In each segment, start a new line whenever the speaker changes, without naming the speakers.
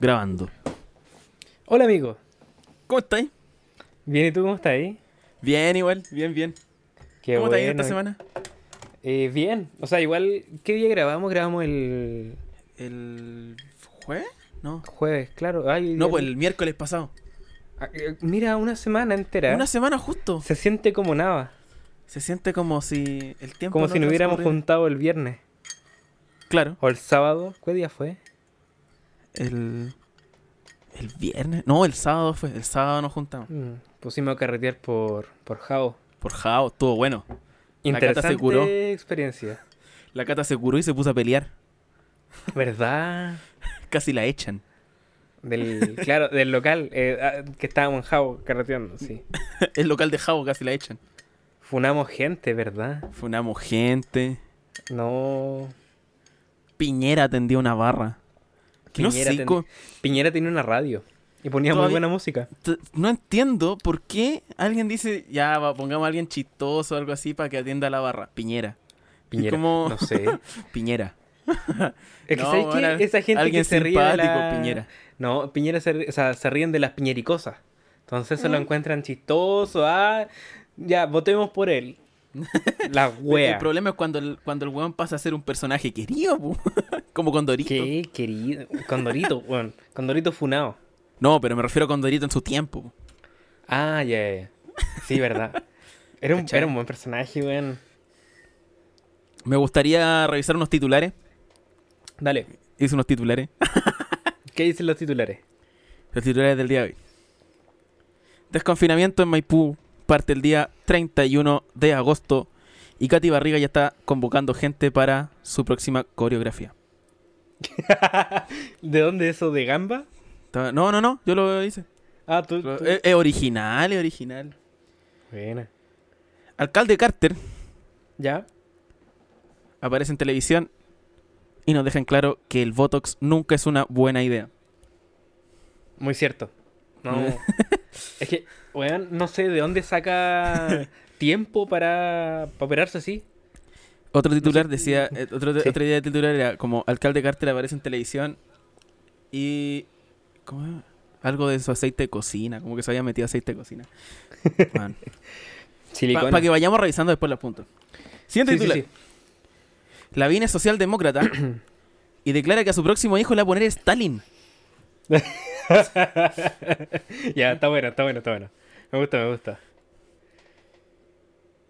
Grabando.
Hola amigo,
¿Cómo estáis?
bien y tú cómo estás ahí?
Bien, igual, bien, bien.
Qué
¿Cómo estáis
bueno.
esta semana?
Eh, bien, o sea, igual, ¿qué día grabamos? Grabamos el
¿El jueves? No.
jueves, claro. Ay, hoy
No,
día-
pues el miércoles pasado.
Ah, eh, Mira, una semana entera.
Una semana justo.
Se siente como nada,
Se siente como si el tiempo.
como si nos hubiéramos
transcurriera.
juntado el viernes
Claro.
o el sábado. ¿Qué día fue?
El. El viernes. No, el sábado fue. El sábado nos juntamos.
Mm, pusimos a carretear por, por Jao.
Por Jao, estuvo bueno. La Cata
Interesante
se curó.
experiencia.
La cata se curó y se puso a pelear.
¿Verdad?
Casi la echan.
Del, claro, del local eh, ah, que estábamos en Jao carreteando, sí.
El local de Jao casi la echan.
Funamos gente, ¿verdad?
Funamos gente.
No.
Piñera atendió una barra. Que no
Piñera
sé
ten-
co-
Piñera tenía una radio y ponía muy
Todavía-
buena música.
t- no entiendo por qué alguien dice, ya, va, pongamos a alguien chistoso o algo así para que atienda la barra. Piñera.
Piñera.
como-
No sé.
Piñera.
Es que
No,
¿sabes
bueno,
qué? Esa gente
alguien
que se ríe de
simpático,
la-
Piñera.
No, Piñera se, ri- o sea, se ríen de las piñericosas. Entonces se lo encuentran chistoso. Ah, ya, votemos por él. La
El
wea.
problema es cuando el, cuando el weón pasa a ser un personaje querido, po. como Condorito.
Qué querido. Condorito, weón. Condorito funado.
No, pero me refiero a Condorito en su tiempo. po.
Ah, ya, ya, ya. Sí, verdad. Era un,
¿Cachai?
era un buen personaje, weón.
Me gustaría revisar unos titulares.
Dale.
Hice unos titulares.
¿Qué dicen los titulares?
Los titulares del día de hoy. Desconfinamiento en Maipú parte el día 31 de agosto y Katy Barriga ya está convocando gente para su próxima coreografía.
¿De dónde eso? ¿De gamba?
Ta- No, no, no, yo lo hice.
Ah, tú.
Lo-
tú-
Es, es original, es original.
Buena.
Alcalde Carter
¿Ya?
aparece en televisión y nos deja en claro que el Botox nunca es una buena idea.
Muy cierto. No. es que, weón, no sé de dónde saca tiempo para, para operarse así.
Otro titular decía, eh, otro,
Sí.
otra idea de titular era como alcalde Carter aparece en televisión y ¿cómo era? algo de su aceite de cocina, como que se había metido aceite de cocina. Para
Silicona.
que vayamos revisando después los puntos. Siguiente
Sí, sí,
titular.
sí.
Lavín es socialdemócrata y declara que a su próximo hijo le va a poner Stalin.
ya, está bueno, está bueno, está bueno. Me gusta, me gusta.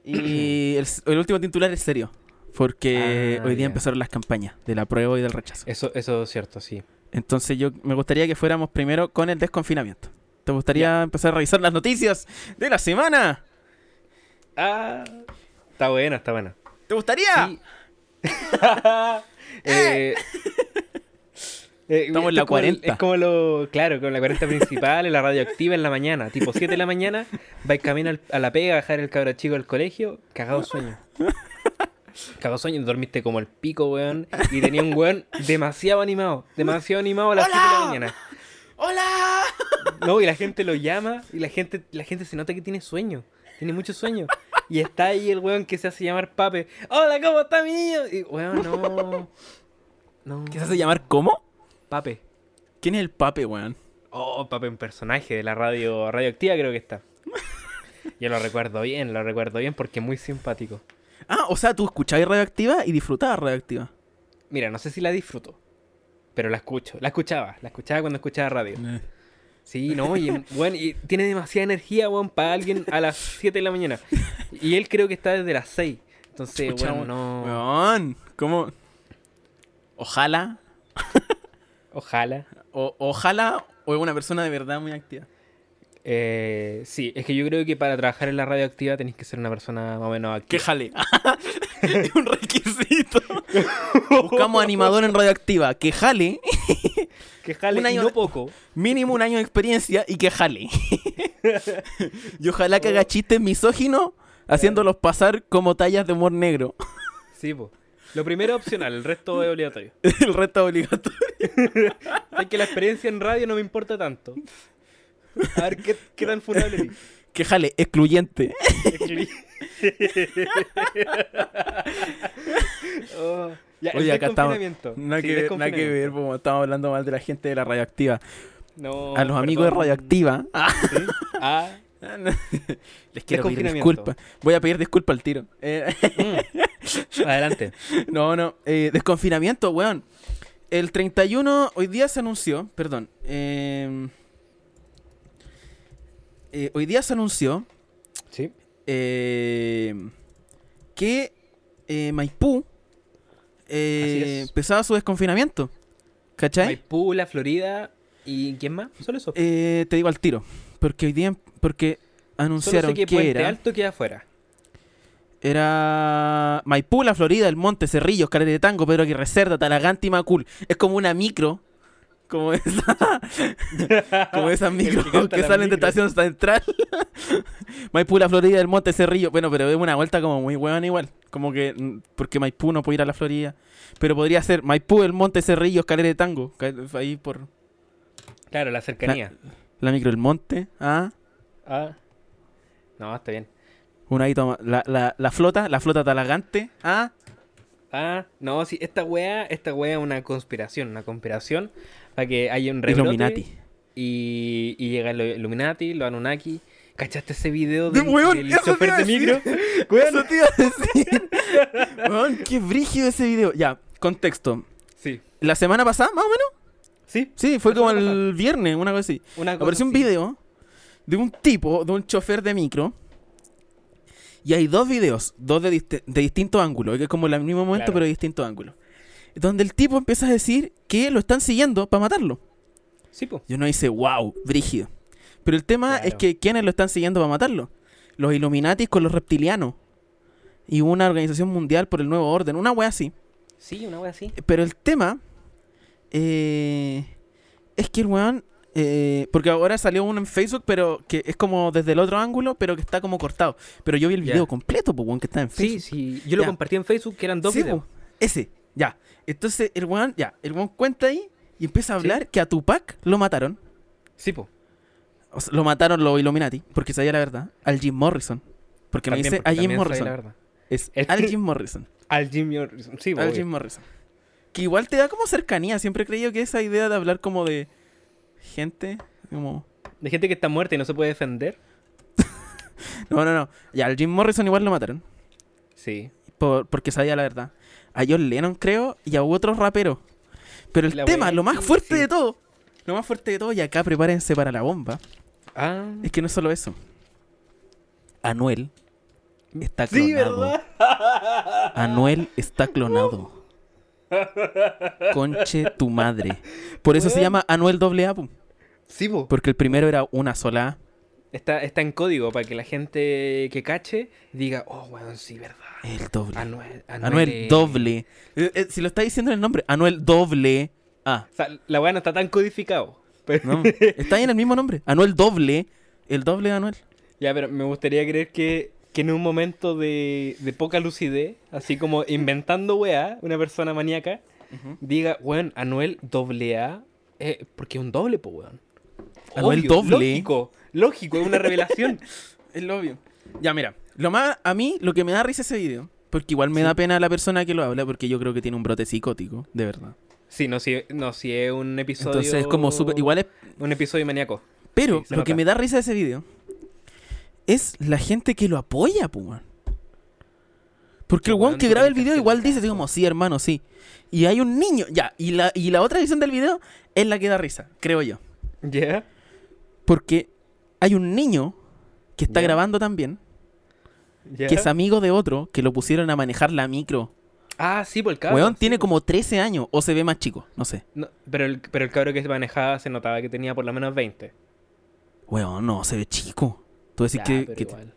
Y el, el último titular es serio, porque
Ah,
hoy día
ya.
empezaron las campañas del apruebo y del rechazo.
Eso, eso es cierto, sí.
Entonces yo me gustaría que fuéramos primero con el desconfinamiento. ¿Te gustaría empezar a revisar las noticias de la semana?
Ah, está bueno, está bueno.
¿Te gustaría?
Sí. Eh, eh,
Estamos en
esto
la
es como el-
40.
Es como lo. Claro, con la 40 principal, en la radioactiva en la mañana. Tipo 7 de la mañana, vais camino al- a la pega a dejar el cabro chico al colegio, cagado sueño. Cagado sueño, dormiste como el pico, weón. Y tenía un weón demasiado animado. Demasiado animado a las 7 de la
¡Hola!
mañana.
¡Hola!
No, y la gente lo llama y la gente, la gente se nota que tiene sueño. Tiene mucho sueño. Y está ahí el weón que se hace llamar Pape. Hola, ¿cómo está mi niño? Y weón, no. No.
¿Qué se hace llamar cómo?
Pape.
¿Quién es el pape, weón?
Oh, Pape, un personaje de la radio radioactiva creo que está. Yo lo recuerdo bien, lo recuerdo bien porque es muy simpático.
Ah, o sea, tú escuchabas radioactiva y disfrutabas radioactiva.
Mira, no sé si la disfruto, pero la escucho. La escuchaba, la escuchaba cuando escuchaba
Eh,
radio. Sí, no, y, bueno, y tiene demasiada energía, weón, para alguien a las 7 de la mañana. Y él creo que está desde las 6. Entonces,
Pucha,
bueno, no.
Weón, ¿cómo? Ojalá,
Ojalá.
o, ojalá, o es una persona de verdad muy activa.
Eh, sí, es que yo creo que para trabajar en la radio activa tenéis que ser una persona más o menos
Que
activa.
jale. es un requisito. Buscamos animador en radioactiva. Que jale.
Que jale
Un año
y no
de-
poco.
Mínimo un año de experiencia y que jale. y ojalá que haga chistes misóginos haciéndolos pasar como tallas de humor negro.
Sí, po. Lo primero es opcional, el resto es obligatorio.
El resto es obligatorio.
Es que la experiencia en radio no me importa tanto. A ver qué, qué tan funable
Que jale, excluyente.
es. Oh, ya,
Oye,
el
acá estamos.
desconfinamiento.
Nada
Sí,
que, ver- nada que
desconfinamiento.
ver, como estamos hablando mal de la gente de la radioactiva.
No,
a los amigos de
Oh, perdón.
radioactiva.
¿Sí? Ah,
Les quiero pedir
Desconfinamiento.
disculpas. Voy a pedir disculpas al tiro. Eh,
mm. Adelante.
no, no. eh, desconfinamiento, weón. El 31, hoy día se anunció, perdón. eh, eh, hoy día se anunció
Sí.
eh, que eh, Maipú eh,
Así es.
empezaba su desconfinamiento. ¿Cachai?
Maipú, La Florida. ¿Y quién más? Solo eso.
Eh, te digo al tiro. Porque hoy día, porque
Solo
anunciaron
sé que
que,
Puente
era.
Alto queda afuera.
Era Maipú, La Florida, El Monte, Cerrillos, Calera de Tango, Pedro Aguirre Cerda, Talagante y Macul. Es como una micro. Como esa, como esas micros
que
que,
canta la
salen de
micro.
estación central. Maipú, La Florida, El Monte, Cerrillos. Bueno, pero es una vuelta como muy buena igual. Como que, mm, porque Maipú no puede ir a La Florida. Pero podría ser Maipú, El Monte, Cerrillos, Calera de Tango. Ca- Ahí por
Claro, la cercanía.
la micro El Monte. Ah,
Ah. No, está bien.
una ahí toma. La, la, la flota, la flota Talagante. Ah,
Ah, no, sí, esta weá, esta weá es una conspiración, una conspiración para que haya un rebrote
Illuminati.
y, y llega lo Illuminati, lo Anunnaki. ¿Cachaste ese video
De
del,
weón,
del
eso te
chofer
iba a
de
decir.
micro?
Eso te iba a decir. Weón, qué brígido ese video. Ya, contexto.
Sí,
La semana pasada, más o menos.
sí,
Sí, fue
La
como
semana
el viernes, una cosa así.
una cosa
Apareció un
así.
video de un tipo, de un chofer de micro. Y hay dos videos, dos de, dist- de distintos ángulos, que es como el mismo momento,
Claro.
pero de distintos ángulos. Donde el tipo empieza a decir que lo están siguiendo para matarlo.
Sí, po.
Y uno dice, wow, brígido. Pero el tema es
Claro.
que ¿quiénes lo están siguiendo para matarlo? Los Illuminatis con los reptilianos. Y una organización mundial por el nuevo orden. Una wea así.
Sí, una weá así.
Pero el tema eh, es que el weón... eh, porque ahora salió uno en Facebook, pero que es como desde el otro ángulo, pero que está como cortado. Pero yo vi el
Ya.
video completo, pues, weón, que está en Facebook.
Sí, sí, yo lo
Ya.
compartí en Facebook que eran dos
Sí,
videos.
po. Ese, ya. Entonces el weón, ya, el weón cuenta ahí y empieza a hablar que a Tupac lo mataron.
Sí, po.
O sea, lo mataron los Illuminati, porque sabía la verdad, al Jim Morrison. Porque
También,
me dice
porque
a Jim
también soy la
Morrison.
verdad.
Es
El-
al Jim Morrison.
Al Jim Morrison. Sí, po,
Al
obvio.
Jim Morrison. Que igual te da como cercanía. Siempre he creído que esa idea de hablar como de gente, como...
De gente que está muerta y no se puede defender.
No, no, no. Y al Jim Morrison igual lo mataron.
Sí.
por- porque sabía la verdad. A John Lennon, creo, y a otros raperos. Pero el
La
tema,
wea
lo más
es que-
fuerte
sí.
de todo, lo más fuerte de todo, y acá prepárense para la bomba,
Ah.
es que no es solo eso. Anuel está clonado.
Sí, ¿verdad?
Anuel está clonado. Conche tu madre. Por eso se
Weón.
llama Anuel doble A, pum,
Sí, po.
porque el primero era una sola A.
Está, está en código para que la gente que cache diga, oh, weón, sí, verdad.
El doble.
Anuel, Anuel,
Anuel
eh.
doble. Eh, eh, si lo está diciendo en el nombre, Anuel doble A.
O sea, la weá no está tan codificado. Pero-
No, está ahí en el mismo nombre. Anuel doble. El doble de Anuel.
ya, pero me gustaría creer que, que en un momento de, de poca lucidez, así como inventando weá, una persona maníaca, diga, weón, Anuel doble A, eh, porque es un doble, po, weón.
Anuel doble.
Lógico, lógico, es una revelación.
Es lo obvio. Ya, mira. Lo más, a mí, lo que me da risa ese video, porque igual me
Sí.
da pena la persona que lo habla, porque yo creo que tiene un brote psicótico, de verdad.
sí, no, si, no, si es un episodio.
Entonces es como súper. Igual es
Un episodio maníaco.
Pero
Sí, se
lo que
nota.
me da risa de ese video es la gente que lo apoya, Puma. Porque el
Weón,
weón que
tú
graba el
tenés que
video
hacer
igual
el
dice así
caso.
como, sí, hermano, sí. Y hay un niño, ya. Y la, y la otra edición del video es la que da risa, creo yo.
¿Ya?
Porque hay un niño que está
Ya.
grabando también,
¿Ya?
que es amigo de otro, que lo pusieron a manejar la micro.
Ah, sí, por el cabrón.
weón
sí,
tiene
po.
como 13 años o se ve más chico, no sé.
No, pero, el, pero el cabro que manejaba se notaba que tenía por lo menos 20.
Weón, no, se ve chico. Tú decís
Ya,
que,
pero
que-
igual.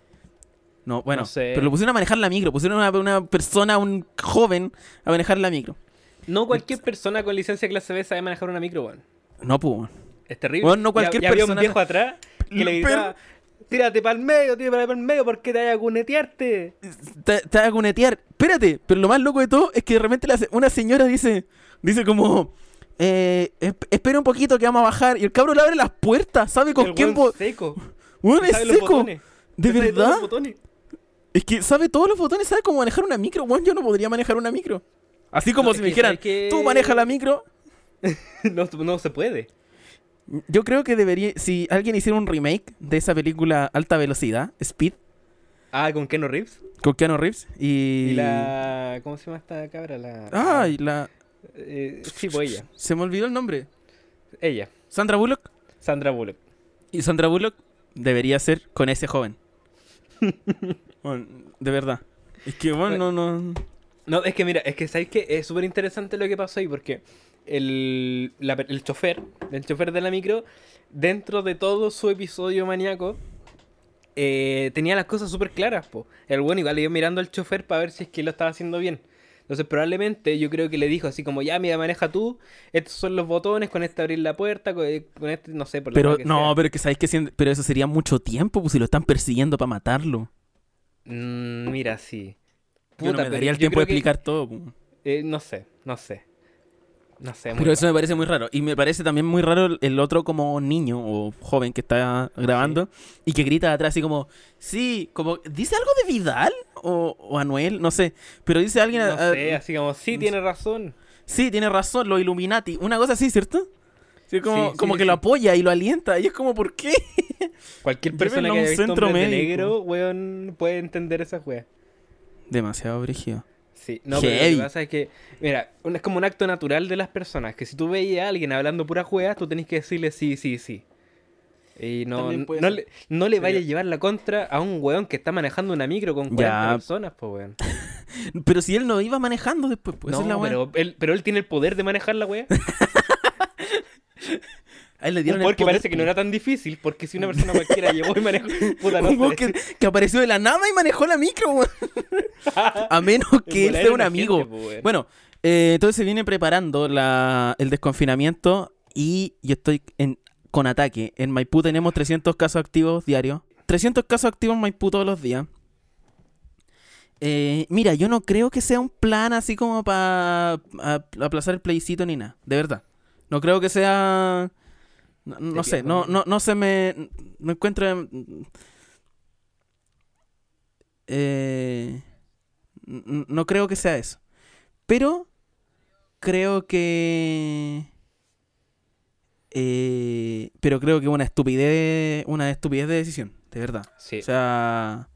No, bueno,
No sé.
pero lo pusieron a manejar la micro, pusieron a una persona, un joven, a manejar la micro.
No cualquier persona con licencia clase B sabe manejar una micro, weón.
No, pues.
Es terrible.
Weón, no cualquier
y, ha- y había
persona-
un viejo atrás que
Lo
le gritaba, tírate para el medio, tírate para el medio, porque te vaya a cunetearte?
Te, te va a cunetear. Espérate, pero lo más loco de todo es que de repente la se- una señora dice, dice como, eh, esp- espera un poquito que vamos a bajar. Y el cabro le abre las puertas, ¿sabe con
El
quién?
weón
bo-
seco.
Weón, es
sabe los
seco.
botones,
¿De
sabe todos los
verdad?
botones.
Es que sabe todos los botones, sabe cómo manejar una micro. Bueno, yo no podría manejar una micro. Así como
No,
si
es
me
que
dijeran,
sabes que-
tú maneja la micro.
no, no se puede.
Yo creo que debería, si alguien hiciera un remake de esa película Alta Velocidad, Speed,
Ah, ¿con Keno Reeves?
con Keanu Reeves y...
Y... la... ¿Cómo se llama esta cabra? La...
Ah, y la...
Eh, sí, pues ella.
Se me olvidó el nombre.
Ella,
Sandra Bullock.
Sandra Bullock.
Y Sandra Bullock debería ser con ese joven. Bueno, de verdad. Es que, bueno, no... no...
No, es que mira, es que sabéis que es súper interesante lo que pasó ahí porque el, la per- el chofer, el chofer de la micro, dentro de todo su episodio maníaco, eh, tenía las cosas súper claras, po. El bueno igual iba mirando al chofer para ver si es que lo estaba haciendo bien. Entonces probablemente yo creo que le dijo así como, ya, mira, maneja tú, estos son los botones, con este abrir la puerta, con, con este, no sé, por la
Pero
hueá que
no,
sea".
pero que sabéis que sien- pero eso sería mucho tiempo, pues si lo están persiguiendo para matarlo.
Mm, mira, sí.
Yo no me
Puta, pero
daría el
yo
tiempo de
creo que-
explicar todo. pues.
eh, no sé, no sé. No sé. muy
Pero eso
raro.
me parece muy raro. Y me parece también muy raro el- el otro como niño o joven que está grabando y que grita atrás así como, sí, como, ¿dice algo de Vidal? O, o Anuel, no sé. Pero dice alguien,
No
ah,
sé, así como, sí, tiene razón.
sí, tiene razón, lo Illuminati. Una cosa así, ¿cierto? Sí, como
Sí,
como
sí,
que lo
sí.
apoya y lo alienta. Y es como, ¿por qué?
Cualquier
Llévenlo
persona
a
que
un
haya visto
centro
Hombres de
médico.
negro, weón, puede entender esa wea.
Demasiado brígido.
Sí, no, pero lo
Heavy.
que pasa es que, mira, un- es como un acto natural de las personas, que si tú veías a alguien hablando pura juega, tú tenés que decirle sí, sí, sí. Y no,
También puede
no,
ser.
le, no le vaya a
Sería-
llevar la contra a un weón que está manejando una micro con 40
Ya.
personas, pues weón.
Pero si él no iba manejando después, pues esa es la
no,
wea.
pero él, pero él tiene el poder de manejar la wea.
A él le
Un
dieron el
poder que
poder,
parece que no
pues.
era tan difícil, porque si una persona cualquiera llevó y manejó... Puta, no
Un weón
sé.
que, que apareció de la nada y manejó la micro, weón. A menos que él
volar
sea un
era
amigo.
gente, pues, weón.
Bueno, eh, entonces se viene preparando la, el desconfinamiento y yo estoy en, con ataque. En Maipú tenemos 300 casos activos diarios. 300 casos activos en Maipú todos los días. Eh, mira, yo no creo que sea un plan así como para aplazar el plebiscito ni nada, de verdad. No creo que sea... No, no
Te
sé,
pierdo,
no,
amigo.
no, no se me... No encuentro... Eh, n- no creo que sea eso. Pero creo que. eh, pero creo que una estupidez. Una estupidez de decisión, de verdad.
Sí.
O sea.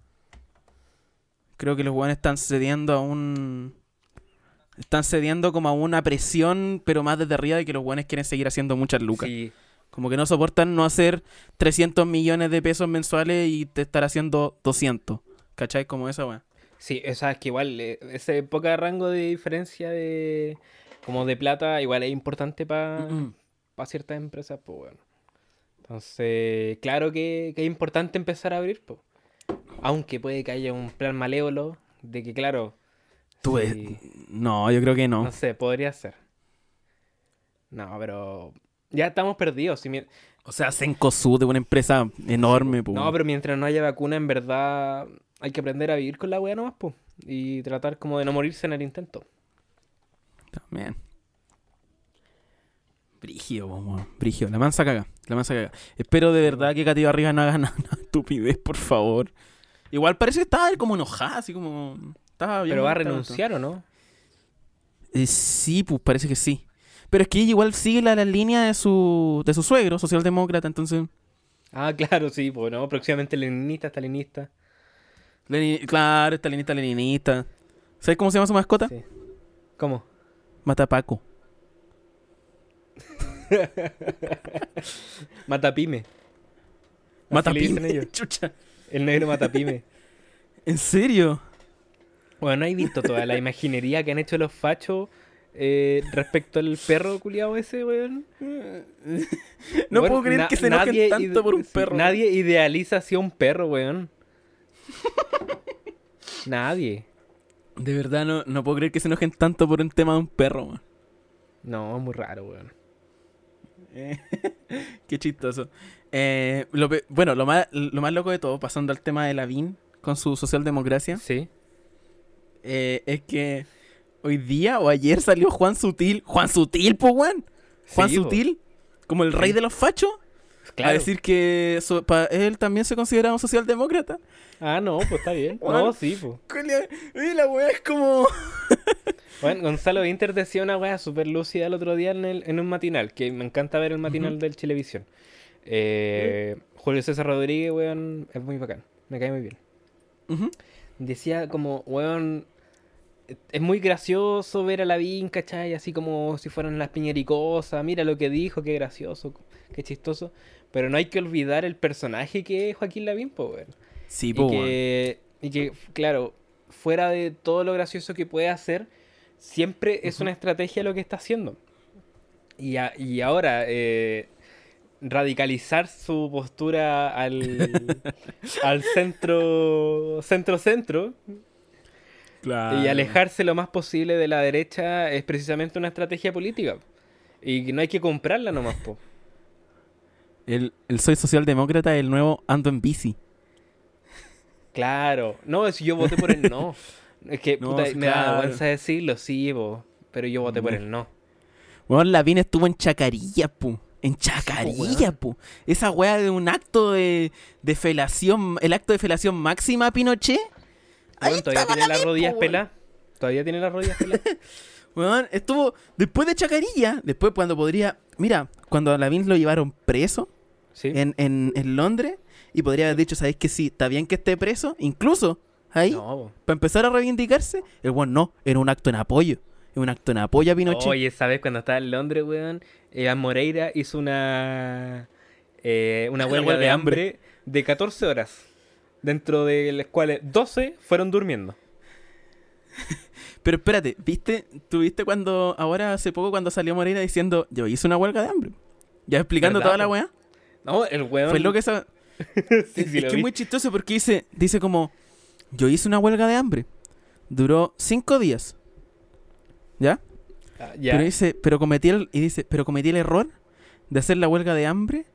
Creo que los jugadores están cediendo a un. Están cediendo como a una presión, pero más desde arriba de que los jugadores quieren seguir haciendo muchas lucas.
Sí,
Como que no soportan no hacer 300 millones de pesos mensuales y te estar haciendo 200. ¿Cachai? Como esa weá.
sí, o sea, es que igual, eh, ese poca rango de diferencia de como de plata, igual es importante para ciertas empresas, pues bueno. Entonces, claro que, que es importante empezar a abrir, pues. Aunque puede que haya un plan malévolo de que, claro,
Tú ves-
sí,
No, yo creo que no.
no sé, podría ser. No, pero ya estamos perdidos. si mi-
O sea, Sencosud es una empresa enorme, pues.
No, pero mientras no haya vacuna, en verdad hay que aprender a vivir con la wea nomás, pues. Y tratar como de no morirse en el intento.
También. Brigio, weón. Brigio. La mansa caga. La mansa caga. Espero de verdad que Cati Arriba no haga nada. nada Estupidez, por favor. Igual parece que estaba como enojada, así como. Estaba bien
Pero va a
molesta,
renunciar o no?
¿no? Eh, sí, pues parece que sí. Pero es que ella igual sigue la, la línea de su, de su suegro, socialdemócrata, entonces.
Ah, claro, sí, pues no, próximamente leninista, stalinista.
Lenin- claro, estalinista, leninista. ¿Sabes cómo se llama su mascota?
Sí. ¿Cómo?
Matapaco.
Matapime. Así le dicen ellos.
Matapime. Chucha.
El negro Matapime.
¿En serio?
bueno, ¿hay visto toda la imaginería que han hecho los fachos eh, respecto al perro culiado ese, weón?
No
Bueno,
puedo creer
na-
que se enojen
nadie
tanto
ide-
por un
sí,
perro.
Nadie idealiza así a un perro, weón. nadie.
De verdad, no, no puedo creer que se enojen tanto por un tema de un perro, man.
No, es muy raro, weón.
Qué chistoso. Eh, lo pe- bueno, lo más, lo más loco de todo, pasando al tema de Lavín con su socialdemocracia,
Sí.
eh, es que hoy día o ayer salió Juan Sutil. Juan Sutil, po, weón. Juan
Sí, po.
Sutil, como el rey de los fachos. a
Claro.
decir que so- pa- él también se consideraba un socialdemócrata.
Ah, no, pues está bien.
Bueno.
No, sí, pues.
Culia, oye, la weá es como.
Bueno, Gonzalo Inter decía una weá súper lúcida el otro día en, el- en un matinal, que me encanta ver el matinal del Televisión. Julio César Rodríguez, weón, es muy bacán. Me cae muy bien.
Ujú.
Decía como, weón, es muy gracioso ver a Lavín, ¿cachai? Así como si fueran las piñericosas. Mira lo que dijo, qué gracioso, qué chistoso. Pero no hay que olvidar el personaje que es Joaquín Lavín, po, weón.
Sí,
Y
po, pues, weón.
que, y que, claro, fuera de todo lo gracioso que puede hacer, siempre es una estrategia lo que está haciendo. Y, a- y ahora, eh, radicalizar su postura al, al centro, centro-centro
Ah.
y alejarse lo más posible de la derecha es precisamente una estrategia política. Y que no hay que comprarla nomás, po.
El, el soy socialdemócrata es el nuevo ando en bici.
Claro. No, si yo voté por el no. Es que
No,
puta,
sí,
me
claro.
da vergüenza decirlo, sí, po, pero yo voté por el no.
Weón, Lavín estuvo en Chacarilla, pu. En Chacarilla, pu. Esa weá de un acto de, de felación, el acto de felación máxima, Pinochet. Ahí
Weón, todavía
estaba
tiene las
Lavín,
rodillas
po, weón.
peladas. Todavía tiene las rodillas peladas.
Weón, estuvo después de Chacarilla, después cuando podría... Mira, cuando a Lavín lo llevaron preso
Sí.
en, en, en Londres y podría haber dicho, ¿sabéis que sí? Está bien que esté preso, incluso ahí,
No, po.
para empezar a reivindicarse, el weón no, era un acto en apoyo. Era un acto en apoyo a Pinochet.
Oye, ¿sabes? Cuando estaba en Londres, weón, Iván Moreira hizo una, eh, una huelga
huelga
de
de
hambre de 14 horas, dentro de las cuales 12 fueron durmiendo.
Pero espérate, ¿viste? ¿Tuviste cuando, ahora hace poco, cuando salió Moreira diciendo, yo hice una huelga de hambre? Ya explicando
¿Verdad,
toda la
po?
weá.
No, el weón...
Fue lo que esa-
Sí,
es,
sí,
es
lo
que es
vi.
muy chistoso porque dice, dice como, yo hice una huelga de hambre. Duró cinco días. ¿Ya?
Ah, ya.
Pero dice, pero cometí el, y dice, pero cometí el error de hacer la huelga de hambre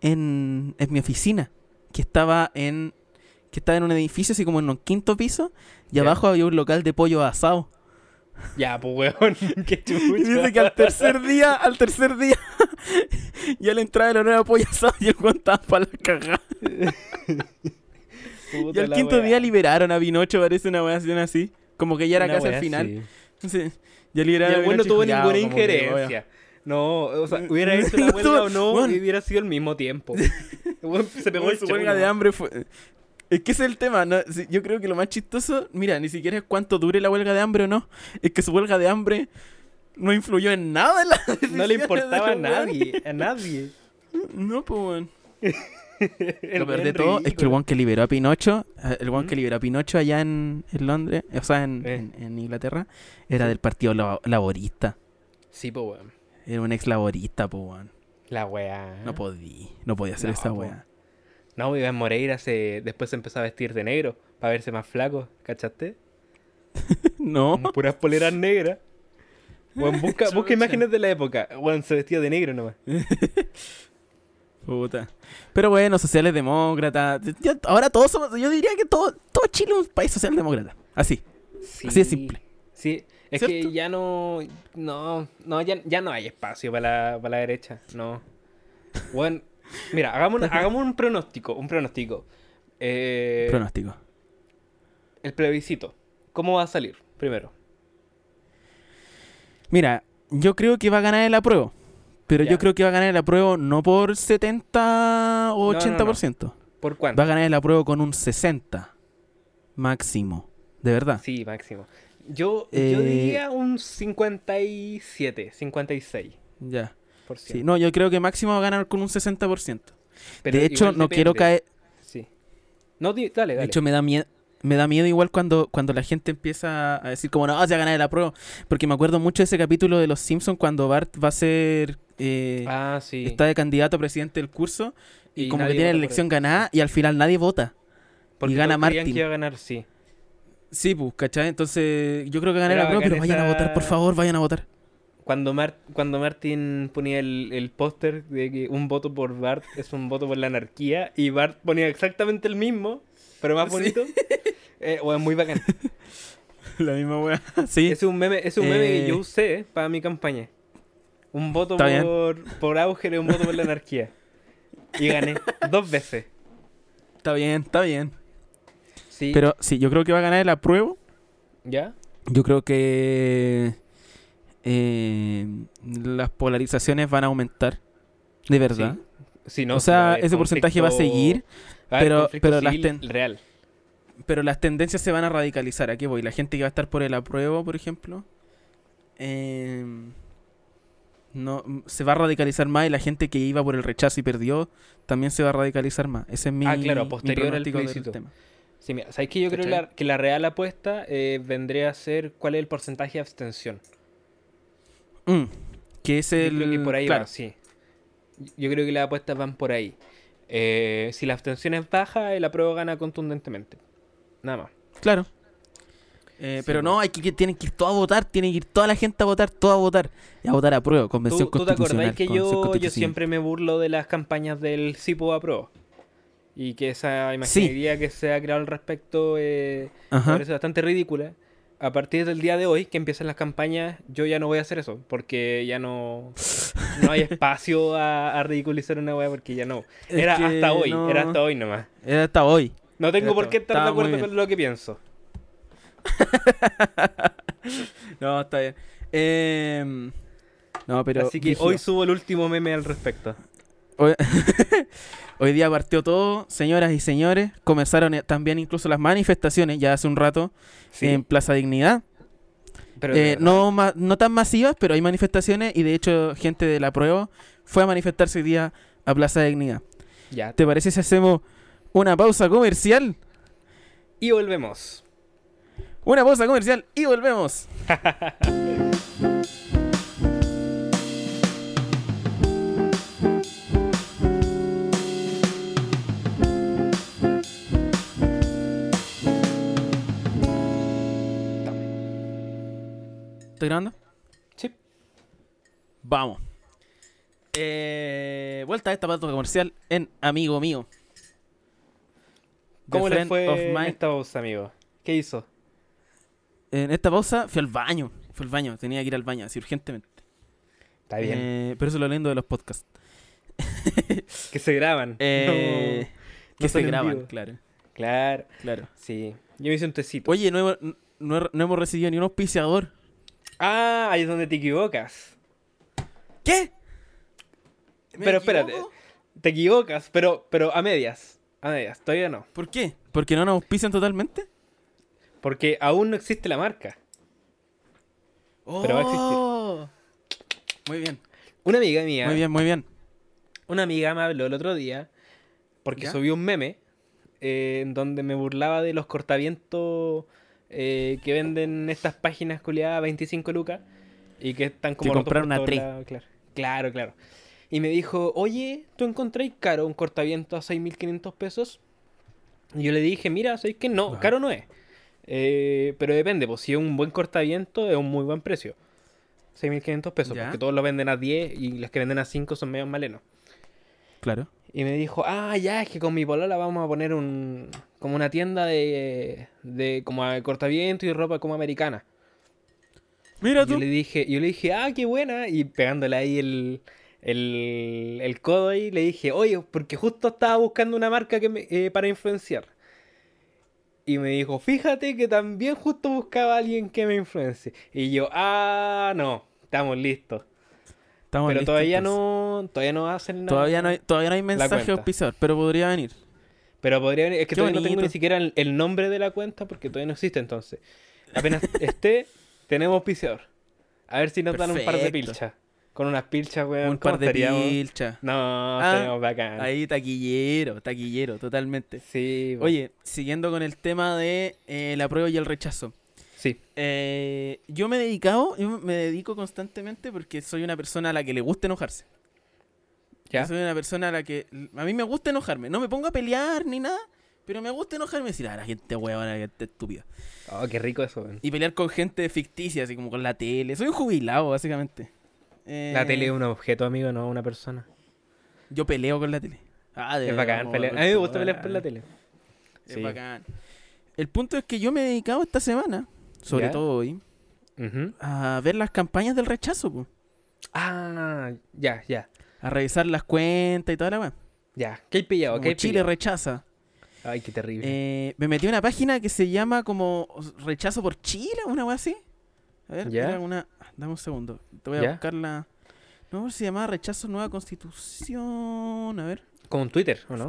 en, en mi oficina, que estaba en que estaba en un edificio así como en un quinto piso y
Ya.
abajo había un local de pollo asado.
Ya, pues, weón, qué chucha.
Y dice que al tercer día, al tercer día, ya le entraba la nueva polla asada y el weón estaba para la cagada. Y
Puta
al
la
quinto
weá.
día liberaron a Pinocho, parece una weá así, una así. Como que ya era
Una
casi al
weá
final.
así.
Sí. Ya
Y
liberaron a
el weón no
Pinocho y
tuvo
dijo, ya,
ninguna
como que, oye,
injerencia. No, o sea, hubiera hecho
No
la huelga
tuvo-
o no,
weón.
hubiera sido al mismo tiempo. El weón se pegó
Uy,
el
su
show
huelga de
nomás.
hambre fue. Es que ese es el tema, ¿no? Sí, yo creo que lo más chistoso, mira, ni siquiera es cuánto dure la huelga de hambre o no, es que su huelga de hambre no influyó en nada en la este
No le importaba a nadie, a nadie.
No, pues, weón.
El
lo peor
weón
de todo es que el
ridículo.
one que liberó a Pinocho, eh, el one
¿Mm?
que liberó a Pinocho allá en, en Londres, o sea, en,
Eh.
en- en Inglaterra, era del partido la- laborista.
Sí, po, weón.
Era un ex laborista, po, weón.
La weá.
No podía, no podía hacer
¿Eh? No,
esa
po.
weá.
No, Iván Moreira se... después se empezó a vestir de negro para verse más flaco, ¿cachaste?
No,
Con puras poleras negras. Weón, busca, busca
Chucha.
imágenes de la época. Weón, se vestía de negro nomás.
puta. Pero bueno, socialdemócratas. ya- ahora todos somos, yo diría que todo, todo Chile es un país socialdemócrata. Así.
Sí.
Así de simple.
Sí, es
¿Cierto?
que ya no. No, no ya, ya no hay espacio para la, para la derecha. No. Bueno, mira, hagamos, una- hagamos un pronóstico. Un pronóstico. Eh,
Pronóstico.
El plebiscito. ¿Cómo va a salir? Primero.
Mira, yo creo que va a ganar el apruebo. Pero yo
Ya.
creo que va a ganar el apruebo no por 70 o
No, no, no.
80%.
¿Por cuánto?
Va a ganar el apruebo con un 60. Máximo. De verdad.
Sí, máximo. Yo,
Eh,
yo diría un 57, 56%.
Ya. Sí, no, yo creo que máximo va a ganar con un 60%.
Pero
de hecho,
igual
no quiero
depende.
caer.
Sí. No, di- dale,
De
dale.
hecho, me da miedo. Me da miedo igual cuando, cuando la gente empieza a decir como, no, se va a ganar el apruebo. Porque me acuerdo mucho de ese capítulo de Los Simpsons cuando Bart va a ser... eh,
ah, sí.
Está de candidato a presidente del curso y,
Y
como que
nadie
tiene la
vota por
elección
él.
ganada y al final nadie vota.
Porque
gana
todos creían
Martin.
que iba a ganar, sí.
Sí, pues, ¿cachai? Entonces, yo creo que ganar el
Era
apruebo, pero
bacán
vayan a
esa-
votar, por favor, vayan a votar.
Cuando, Mar- cuando Martin ponía el, el póster de que un voto por Bart es un voto por la anarquía y Bart ponía exactamente el mismo, pero más
Sí.
bonito, eh, weón, muy bacán.
La misma weá. Sí.
Es un meme, es un meme
Eh.
que yo usé para mi campaña. Un voto
Está bien.
por, por Auger y un voto por la anarquía. Y gané dos veces.
Está bien, está bien.
Sí.
Pero sí, yo creo que va a ganar el apruebo.
¿Ya?
Yo creo que eh, las polarizaciones van a aumentar. De verdad.
Sí. Sí, no,
o
sí, va a
sea,
haber
ese porcentaje va a
conflicto-
seguir,
va a haber
pero-
conflicto
pero las
civil
ten-
Real.
pero las tendencias se van a radicalizar. ¿A qué voy? La gente que va a estar por el apruebo, por ejemplo, eh, no, se va a radicalizar más y la gente que iba por el rechazo y perdió también se va a radicalizar más. Ese es mi,
Ah, claro,
mi
posterior al
pronóstico del
plebiscito.
tema.
Sí, mira, ¿sabes que Yo creo que la, que la real apuesta eh, vendría a ser cuál es el porcentaje de abstención.
Mm, que es el...
Yo creo que por ahí
claro,
va, sí. Yo creo que las apuestas van por ahí. Eh, si la abstención es baja, el apruebo gana contundentemente. Nada más.
Claro. Eh,
Sí,
pero
po.
no, hay que, que tienen que ir todos a votar, tiene que ir toda la gente a votar, toda a votar. Y a votar a prueba,
¿Tú,
convención
tú te
constitucional.
acordáis que
convención
yo, yo
constitucional.
siempre me burlo de las campañas del CIPO apruebo? Y que esa imaginería que se ha creado al respecto eh, me
Ajá.
parece bastante ridícula. A partir del día de hoy, que empiezan las campañas, yo ya no voy a hacer eso, porque ya no, no hay espacio a, a ridiculizar una weá, porque ya no.
Es
Era
que
hasta hoy,
no-
era hasta hoy nomás.
Era Eh, hasta hoy.
No tengo
Era
por
hasta
qué
hoy.
estar de
Estaba muy
acuerdo con lo que pienso.
No, está bien. Em, no, pero.
Así que
brígido.
hoy subo el último meme al respecto.
Hoy, hoy día partió todo, señoras y señores. Comenzaron eh, también incluso las manifestaciones ya hace un rato en Plaza Dignidad.
pero
Eh, no, ma- no tan masivas, pero hay manifestaciones y de hecho gente de la prueba fue a manifestarse hoy día a Plaza Dignidad.
Ya.
¿Te parece si hacemos una pausa comercial?
Y volvemos.
Una pausa comercial y volvemos. ¿Estás grabando?
Sí.
Vamos. Eh, vuelta a esta pausa comercial en Amigo Mío. The
¿Cómo le
friend
fue
of mine.
en esta voz, amigo? ¿Qué hizo?
En esta pausa fui al baño. Fui al baño. Tenía que ir al baño así urgentemente.
Está bien.
Eh, pero eso es lo lindo de los podcasts.
que se graban.
Eh,
No
que se
son en
graban,
vivo.
claro,
No. Claro.
claro.
Sí. Yo me hice un tecito.
Oye, no hemos, no, he- no hemos recibido ni un auspiciador.
Ah, ahí es donde te equivocas.
¿Qué?
Pero espérate. Te equivocas, pero, pero a medias. A medias, todavía no.
¿Por qué? ¿Porque no nos auspician totalmente?
Porque aún no existe la marca. Pero va a existir.
Oh. Muy bien,
Una amiga mía,
muy bien, muy bien.
una amiga me habló el otro día porque
¿Ya?
subí un meme eh, en donde me burlaba de los cortavientos eh, que venden estas páginas culiadas a 25 lucas y que están como rotos
comprar
por
una
todos
tri.
lados, Claro. claro, claro. Y me dijo, oye, ¿tú encontráis caro un cortaviento a 6.500 pesos? Y yo le dije, mira, ¿sabéis que no?
Ajá.
Caro no es. Eh, pero depende, pues si es un buen cortaviento es un muy buen precio. 6.500 pesos,
Ya.
porque todos lo venden a 10 y los que venden a 5 son medio malenos.
Claro.
Y me dijo, ah, ya, es que con mi polola vamos a poner un... como una tienda de... de como a cortaviento y ropa como americana.
Mira
Y Yo
tú.
le dije, yo le dije, ah, qué buena. Y pegándole ahí el, el, el codo ahí, le dije, oye, porque justo estaba buscando una marca que me- eh, para influenciar. Y me dijo, fíjate que también justo buscaba a alguien que me influencie. Y yo, ah, no, estamos listos.
Estamos
Pero
listos,
todavía
entonces.
no, todavía no hacen nada.
Todavía no hay, todavía no hay mensaje
cuenta.
auspiciador, pero podría venir.
Pero podría venir. Es que
Qué
todavía no tengo ni
bonito.
siquiera el, el nombre de la cuenta porque todavía no existe entonces. Apenas esté, tenemos auspiciador. A ver si nos dan un par de
Perfecto.
pilchas. Con unas pilchas, weón.
Un
Eh, ¿cómo
par de
estaríamos?
pilchas.
No,
Ah,
estaríamos bacán.
Ahí taquillero, taquillero, totalmente.
Sí, bo-
Oye, siguiendo con el tema de eh, la prueba y el rechazo.
Sí.
Eh, yo me he dedicado, yo me dedico constantemente porque soy una persona a la que le gusta enojarse.
¿Ya?
Yo soy una persona a la que. A mí me gusta enojarme. No me pongo a pelear ni nada, pero me gusta enojarme y decir, ah, la gente huevona, la gente estúpida.
Oh, qué rico eso, weón.
Y pelear con gente ficticia, así como con la tele. Soy un jubilado, básicamente. Eh,
La tele es un objeto, amigo, no una persona.
Yo peleo con la tele. Ah, de
Es
verdad,
bacán
como
pelear. A mí me
adulto,
gusta pelear por la
weón.
tele.
Es
Sí.
bacán. El punto es que yo me he dedicado esta semana, sobre
¿Ya?
todo hoy,
Ujú.
a ver las campañas del rechazo, po.
Ah, ya, ya.
a revisar las cuentas y toda la weá.
Ya, ¿qué hay pillado? ¿Qué
Como
hay
Chile
pillado?
rechaza.
Ay, qué terrible.
Eh, me metí a una página que se llama como Rechazo por Chile, una wea así. A ver,
Ya.
era una. ah, Dame un segundo. Te voy a
Ya.
buscar la. No, se llamaba Rechazo Nueva Constitución. A ver.
Con Twitter, ¿o no?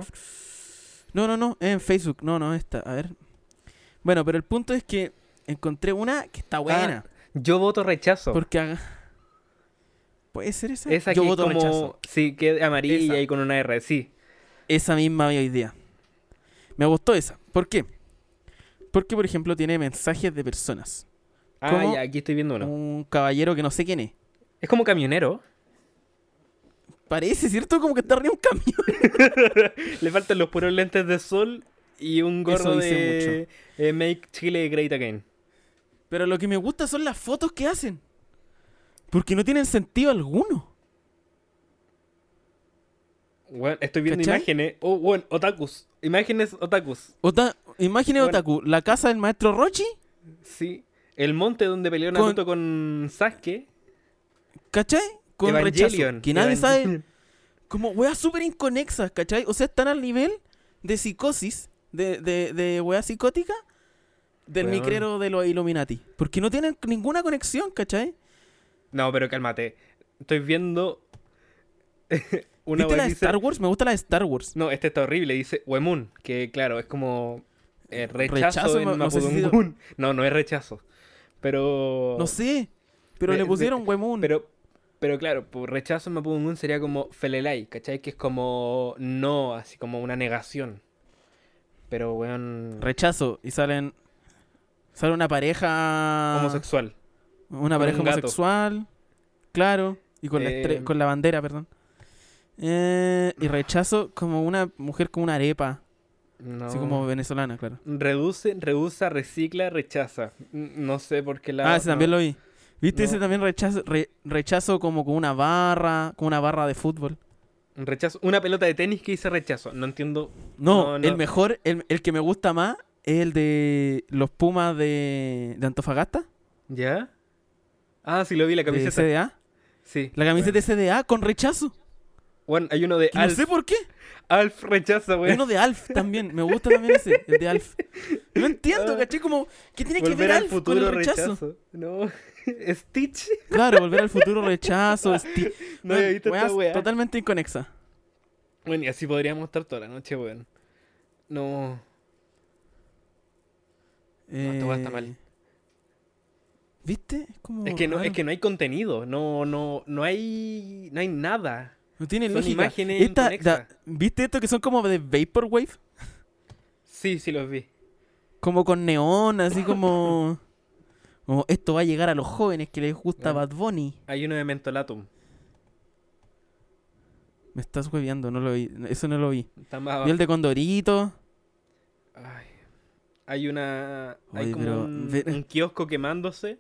No, no, no, es en Facebook. No, no, esta. A ver. Bueno, pero el punto es que encontré una que
Ah,
está buena.
Yo voto rechazo.
Porque haga- ¿Puede ser esa?
Esa
Yo
que es
voto
como.
rechazo.
Sí, que es amarilla
Esa.
y con una R, sí.
Esa misma vi hoy día. Me gustó esa. ¿Por qué? Porque, por ejemplo, tiene mensajes de personas.
Ah,
¿Cómo? Oh.
ya, aquí estoy viendo uno.
Un caballero que no sé quién es.
Es como camionero.
Parece, ¿cierto? Como que está arriba de un camión.
Le faltan los puros lentes de sol y un gorro
Eso dice
de eh, Make Chile Great Again.
Pero lo que me gusta son las fotos que hacen. Porque no tienen sentido alguno.
Bueno, estoy viendo
¿Cachai?
imágenes. Oh, bueno, otakus. Imágenes otakus.
Ota- Imagine
Bueno.
Otaku, la casa del maestro Rochi.
Sí. El monte donde peleó
Con-
Naruto con, Sasuke.
¿Cachai? Con
Evangelion.
rechazo. Que nadie sabe.
Evangelion.
Como weas súper inconexas, ¿cachai? O sea, están al nivel de psicosis, de, de, de wea psicótica, del
Weón.
micrero de los Illuminati. Porque no tienen ninguna conexión, ¿cachai?
No, pero cálmate. Estoy viendo. una
¿Viste
web
la de
dice-
Star Wars? Me gusta la de Star Wars.
No, este está horrible. Dice Wemun. Que claro, es como. eh, rechazo,
Rechazo,
en
no- no sé si-
Mapudungun. No, no es rechazo. Pero.
No sé. Pero
De-
le
de-
pusieron Wemun.
Pero, pero claro, po, rechazo en Mapudungun sería como Felelai, ¿cachai? Que es como no, así como una negación. Pero, weón,
Rechazo. Y salen. Sale una pareja.
homosexual.
Una
Con
pareja
un gato.
homosexual. Claro. Y con, la estre-
Eh,
con la bandera, perdón. Eh, y rechazo como una mujer con una arepa.
No.
Así como venezolana, claro.
Reduce, rehúsa, recicla, rechaza. N- No sé por qué la.
ah, ese también lo vi. ¿Viste
No.
ese también rechazo, re- rechazo como con una barra, con una barra de fútbol?
Rechazo. Una pelota de tenis que dice rechazo. No entiendo.
No,
No, no.
el mejor, el, el que me gusta más es el de los Pumas de, de Antofagasta,
¿Ya? Ah, sí, lo vi, la
de
camiseta.
CDA.
Sí.
La camiseta de CDA con rechazo.
Bueno, hay uno de
que No
Alf.
sé por qué.
Alf rechaza,
Hay
weón.
uno de Alf también. Me gusta también ese, el de Alf. No entiendo,
Ah.
caché, como, ¿qué tiene que
Volver
ver
al
Alf con
futuro
el rechazo?
No. Stitch.
Claro, volver al futuro, rechazo, esti-
No había
Weón,
visto esta
weas
weá.
Totalmente inconexa.
Bueno, y así podríamos estar toda la noche, weón. No. esta weá está mal.
Eh, ¿Viste? Es como.
Es que no, es
raro.
que no hay contenido. No, no, no hay. No hay nada.
No tiene
Son
lógica.
imágenes
Esta-
inconexas.
da- ¿Viste esto que son como de Vaporwave?
Sí, sí los vi.
Como con neón, así como. como esto va a llegar a los jóvenes que les gusta
Bueno.
Bad Bunny.
Hay uno de Mentolatum.
Me estás hueveando, no lo vi. Eso no lo vi.
Está más
Vi
abajo.
el de Condorito.
Ay. Hay una. hay
Oye,
como
pero
un,
ve-
un kiosco quemándose.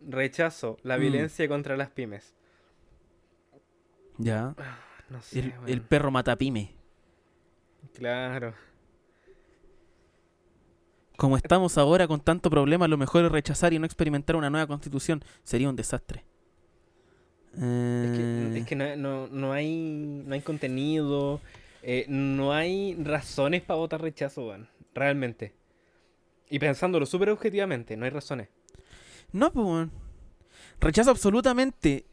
Rechazo. La
Mm.
violencia contra las pymes.
Ya.
Ah, No sé,
El, el
weón.
perro matapime.
Claro.
Como estamos ahora con tanto problema, lo mejor es rechazar y no experimentar una nueva constitución. Sería un desastre.
Es que,
Eh,
es que no, no- no hay, no hay contenido, eh, no hay razones para votar rechazo, weón. Realmente. Y pensándolo súper objetivamente, no hay razones.
No, pues, weón. Rechazo absolutamente.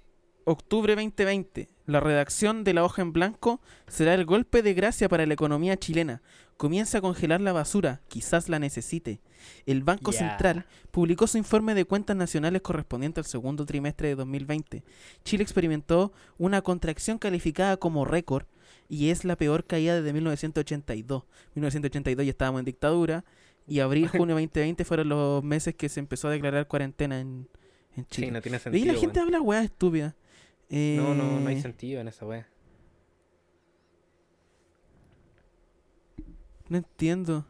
Octubre 2020. La redacción de la hoja en blanco será el golpe de gracia para la economía chilena. Comienza a congelar la basura, quizás la necesite. El Banco
Ya.
Central publicó su informe de cuentas nacionales correspondiente al segundo trimestre de 2020. Chile experimentó una contracción calificada como récord y es la peor caída desde 1982. 1982 ya estábamos en dictadura y abril, junio 2020 fueron los meses que se empezó a declarar cuarentena en, en
Sí,
Chile.
no tiene sentido.
y la
weón.
gente habla weá estúpida.
No, no, no hay
Eh,
sentido en esa weá.
No entiendo.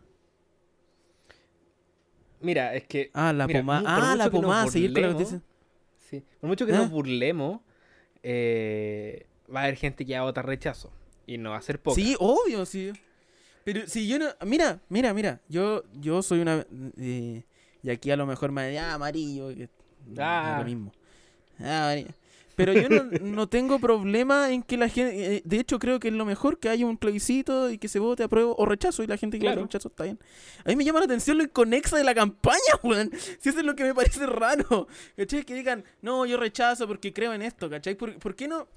Mira, es que.
Ah, la
Mira,
pomada.
mu- por
Ah, la
mucho que nos
pomada, seguir con la
burlemos,
noticia.
sí, por mucho que nos
Ah.
burlemos, eh, va a haber gente que va a votar rechazo. Y no va a ser poca.
Sí, obvio, sí. Pero si yo no. Mira, mira, mira. Yo, yo soy una. eh, y aquí a lo mejor me. Ah, amarillo. que- no, es
Ah.
lo mismo. Ah, amarillo. Pero yo no, no tengo problema en que la gente. eh, De hecho, creo que es lo mejor que haya un plebiscito y que se vote apruebo o rechazo y la gente que vote
Claro.
rechazo está bien. A mí me llama la atención lo inconexa de la campaña, weón. Si eso es lo que me parece raro. ¿Cachai? Que digan, no, yo rechazo porque creo en esto, ¿cachai? ¿Por, por qué no?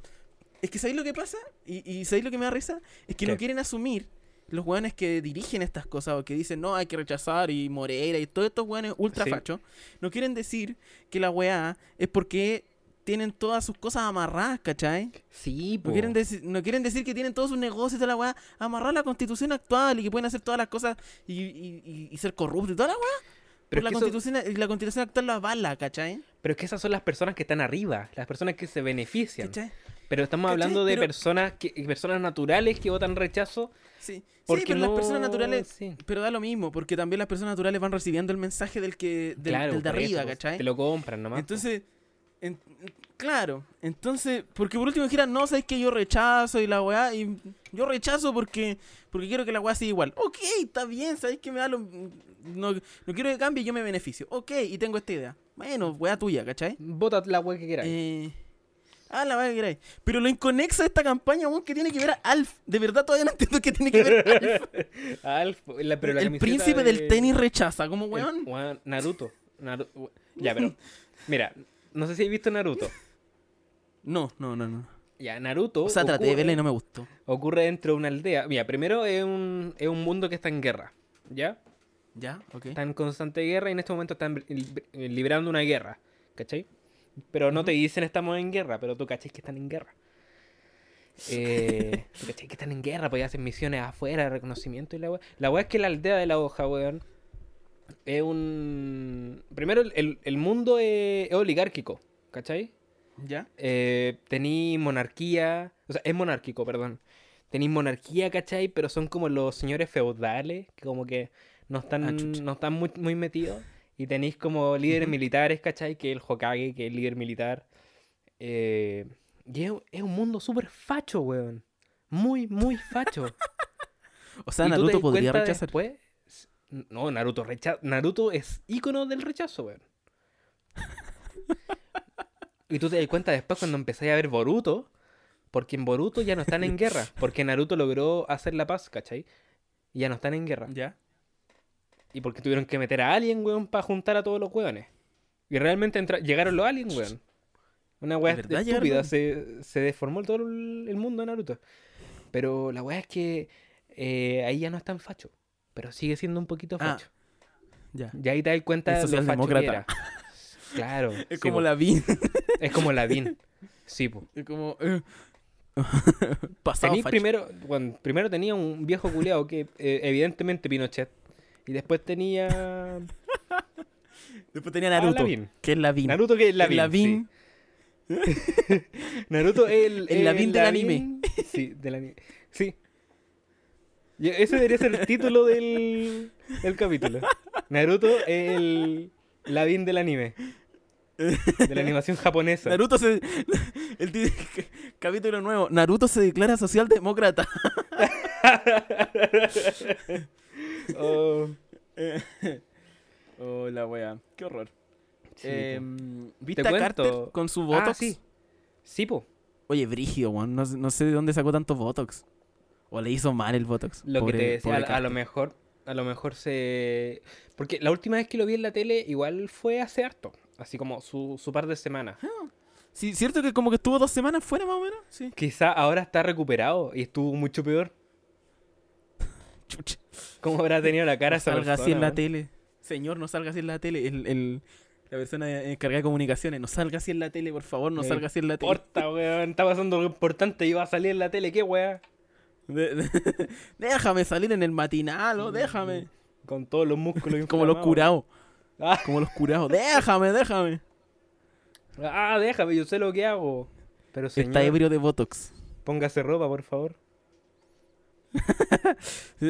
Es que ¿sabéis lo que pasa? ¿Y, y sabéis lo que me da risa? Es que
¿Qué?
no quieren asumir los weones que dirigen estas cosas o que dicen, no, hay que rechazar y Moreira y todos estos weones ultra
Sí.
fachos. No quieren decir que la weá es porque tienen todas sus cosas amarradas, ¿cachai?
Sí,
No
po.
quieren, deci- no quieren decir que tienen todos sus negocios de la weá amarradas a la constitución actual y que pueden hacer todas las cosas y, y- y- y ser corruptos y toda la weá.
Pero
Pero
es
la
que eso-
constitución, y la constitución actual la avala, ¿cachai?
Pero es que esas son las personas que están arriba, las personas que se benefician.
¿Cachai?
Pero estamos
¿Cachai?
hablando de
Pero-
personas que personas naturales que votan rechazo.
Sí, sí
Porque
pero las personas
no-
naturales.
sí.
Pero da lo mismo, porque también las personas naturales van recibiendo el mensaje del que del,
Claro,
del de
por eso,
arriba,
pues,
¿cachai?
Te lo pues. compran nomás. po.
Entonces, en- claro, entonces, porque por último dijeran, no, sabes que yo rechazo y la weá, y yo rechazo porque porque quiero que la weá siga igual. Ok, está bien, sabes que me da lo. No, no quiero que cambie, yo me beneficio. Ok, y tengo esta idea. Bueno, weá tuya, ¿cachai?
Vota pues. la web que queráis.
Eh, ah, la weá que queráis. Pero lo inconexa de esta campaña, weón, que tiene que ver a Alf. De verdad, todavía no entiendo qué tiene que ver Alf.
Alf, la- pero la
el
camiseta
príncipe
de-
del tenis rechaza, como
el-
weón.
weón, Naruto. Naru- we- Ya, pero. Mira, no sé si has visto Naruto.
No, no, no, no.
Ya, Naruto.
O eh. sea, traté de
ocurre-
verla y no me gustó.
ocurre dentro de una aldea. Mira, primero es un, es un mundo que está en guerra, ¿ya?
¿Ya? Ok.
Está en constante guerra y en este momento están br- li- eh, librando una guerra, ¿cachai? Pero no te dicen estamos en guerra, pero tú cachai que están en guerra. Eh, tú cachai que están en guerra, pues hacen misiones afuera, reconocimiento y la weá. La weá es que la aldea de la hoja, weón, es un... Primero, el- el, el mundo es, es oligárquico, ¿cachai?
¿Ya?
Eh, tenéis monarquía, o sea, es monárquico, perdón. Tenéis monarquía, ¿cachai? Pero son como los señores feudales, que como que no están,
Ah, chucha.
no están muy, muy metidos. Y tenéis como líderes
Ujú.
militares, ¿cachai? Que el Hokage, que es el líder militar. Eh, y es, es un mundo súper facho, weón. Muy, muy facho.
O sea,
Y tú te
Naruto
das
podría
cuenta
rechazar.
después- No, Naruto rechaza. Naruto es ícono del rechazo, weón. y tú te das cuenta después cuando empezáis a ver Boruto, porque en Boruto ya no están en guerra, porque Naruto logró hacer la paz, ¿cachai? Y ya no están en guerra.
¿Ya?
Y porque tuvieron que meter a alguien, weón, para juntar a todos los weones. Y realmente entra- llegaron los aliens, weón. Una weá
¿De verdad
estúpida,
llegaron?
se, se deformó todo el el mundo de Naruto. Pero la weá es que eh, ahí ya no es tan facho. Pero sigue siendo un poquito
Ah,
facho.
Ya.
Y ahí te das cuenta
El
de lo facho que
socialdemócrata.
era. Claro.
Es
sí,
como
po.
la vi.
Es como la Vin. Sí, po.
Es como. eh, Pasado
Tení
facho.
primero, bueno, primero tenía un viejo culeado que eh, evidentemente Pinochet. Y después tenía...
Después tenía Ah, Naruto.
Lavín.
que es Lavín.
Naruto que es la
El Lavín.
Naruto es el,
El Lavín del
Lavín- Sí, del anime. Sí. Y ese debería ser el título del, del capítulo. Naruto es el Lavín del anime. De la animación japonesa.
Naruto se. El ti- capítulo nuevo. Naruto se declara socialdemócrata.
Oh,
Eh, oh, la wea. Qué horror.
sí,
Eh,
po.
¿Viste
Te
a Carter
cuento.
con su
Ah,
Botox?
sí. Sí, po.
Oye, Brigio, weón. No, sé- no sé de dónde sacó tanto Botox. O le hizo mal el Botox.
Lo
Pobre-
que te decía,
pobre
a, a lo
Carter.
mejor, a lo mejor se... Porque la última vez que lo vi en la tele igual fue hace harto. Así como su, su par de semanas.
Sí, cierto que como que estuvo dos semanas fuera más o menos. Sí.
Quizá ahora está recuperado y estuvo mucho peor.
Chucha.
¿Cómo habrá tenido la
no
cara esa
salga
persona?
así en la
weón?
tele. Señor, no salga así en la tele. El, el- la persona encargada de comunicaciones, no salga así en la tele, por favor, no
Me
salga así en la
No
tele.
importa, weón. Está pasando algo importante y va a salir en la tele. ¿Qué weá?
De- de- déjame salir en el matinal, oh, déjame.
Con todos los músculos
Como los
inflamados.
curados,
Mm, Ah,
como los curados. Déjame, déjame.
ah, déjame, yo sé lo que hago. Pero señor,
Está ebrio de Botox.
póngase ropa, por favor.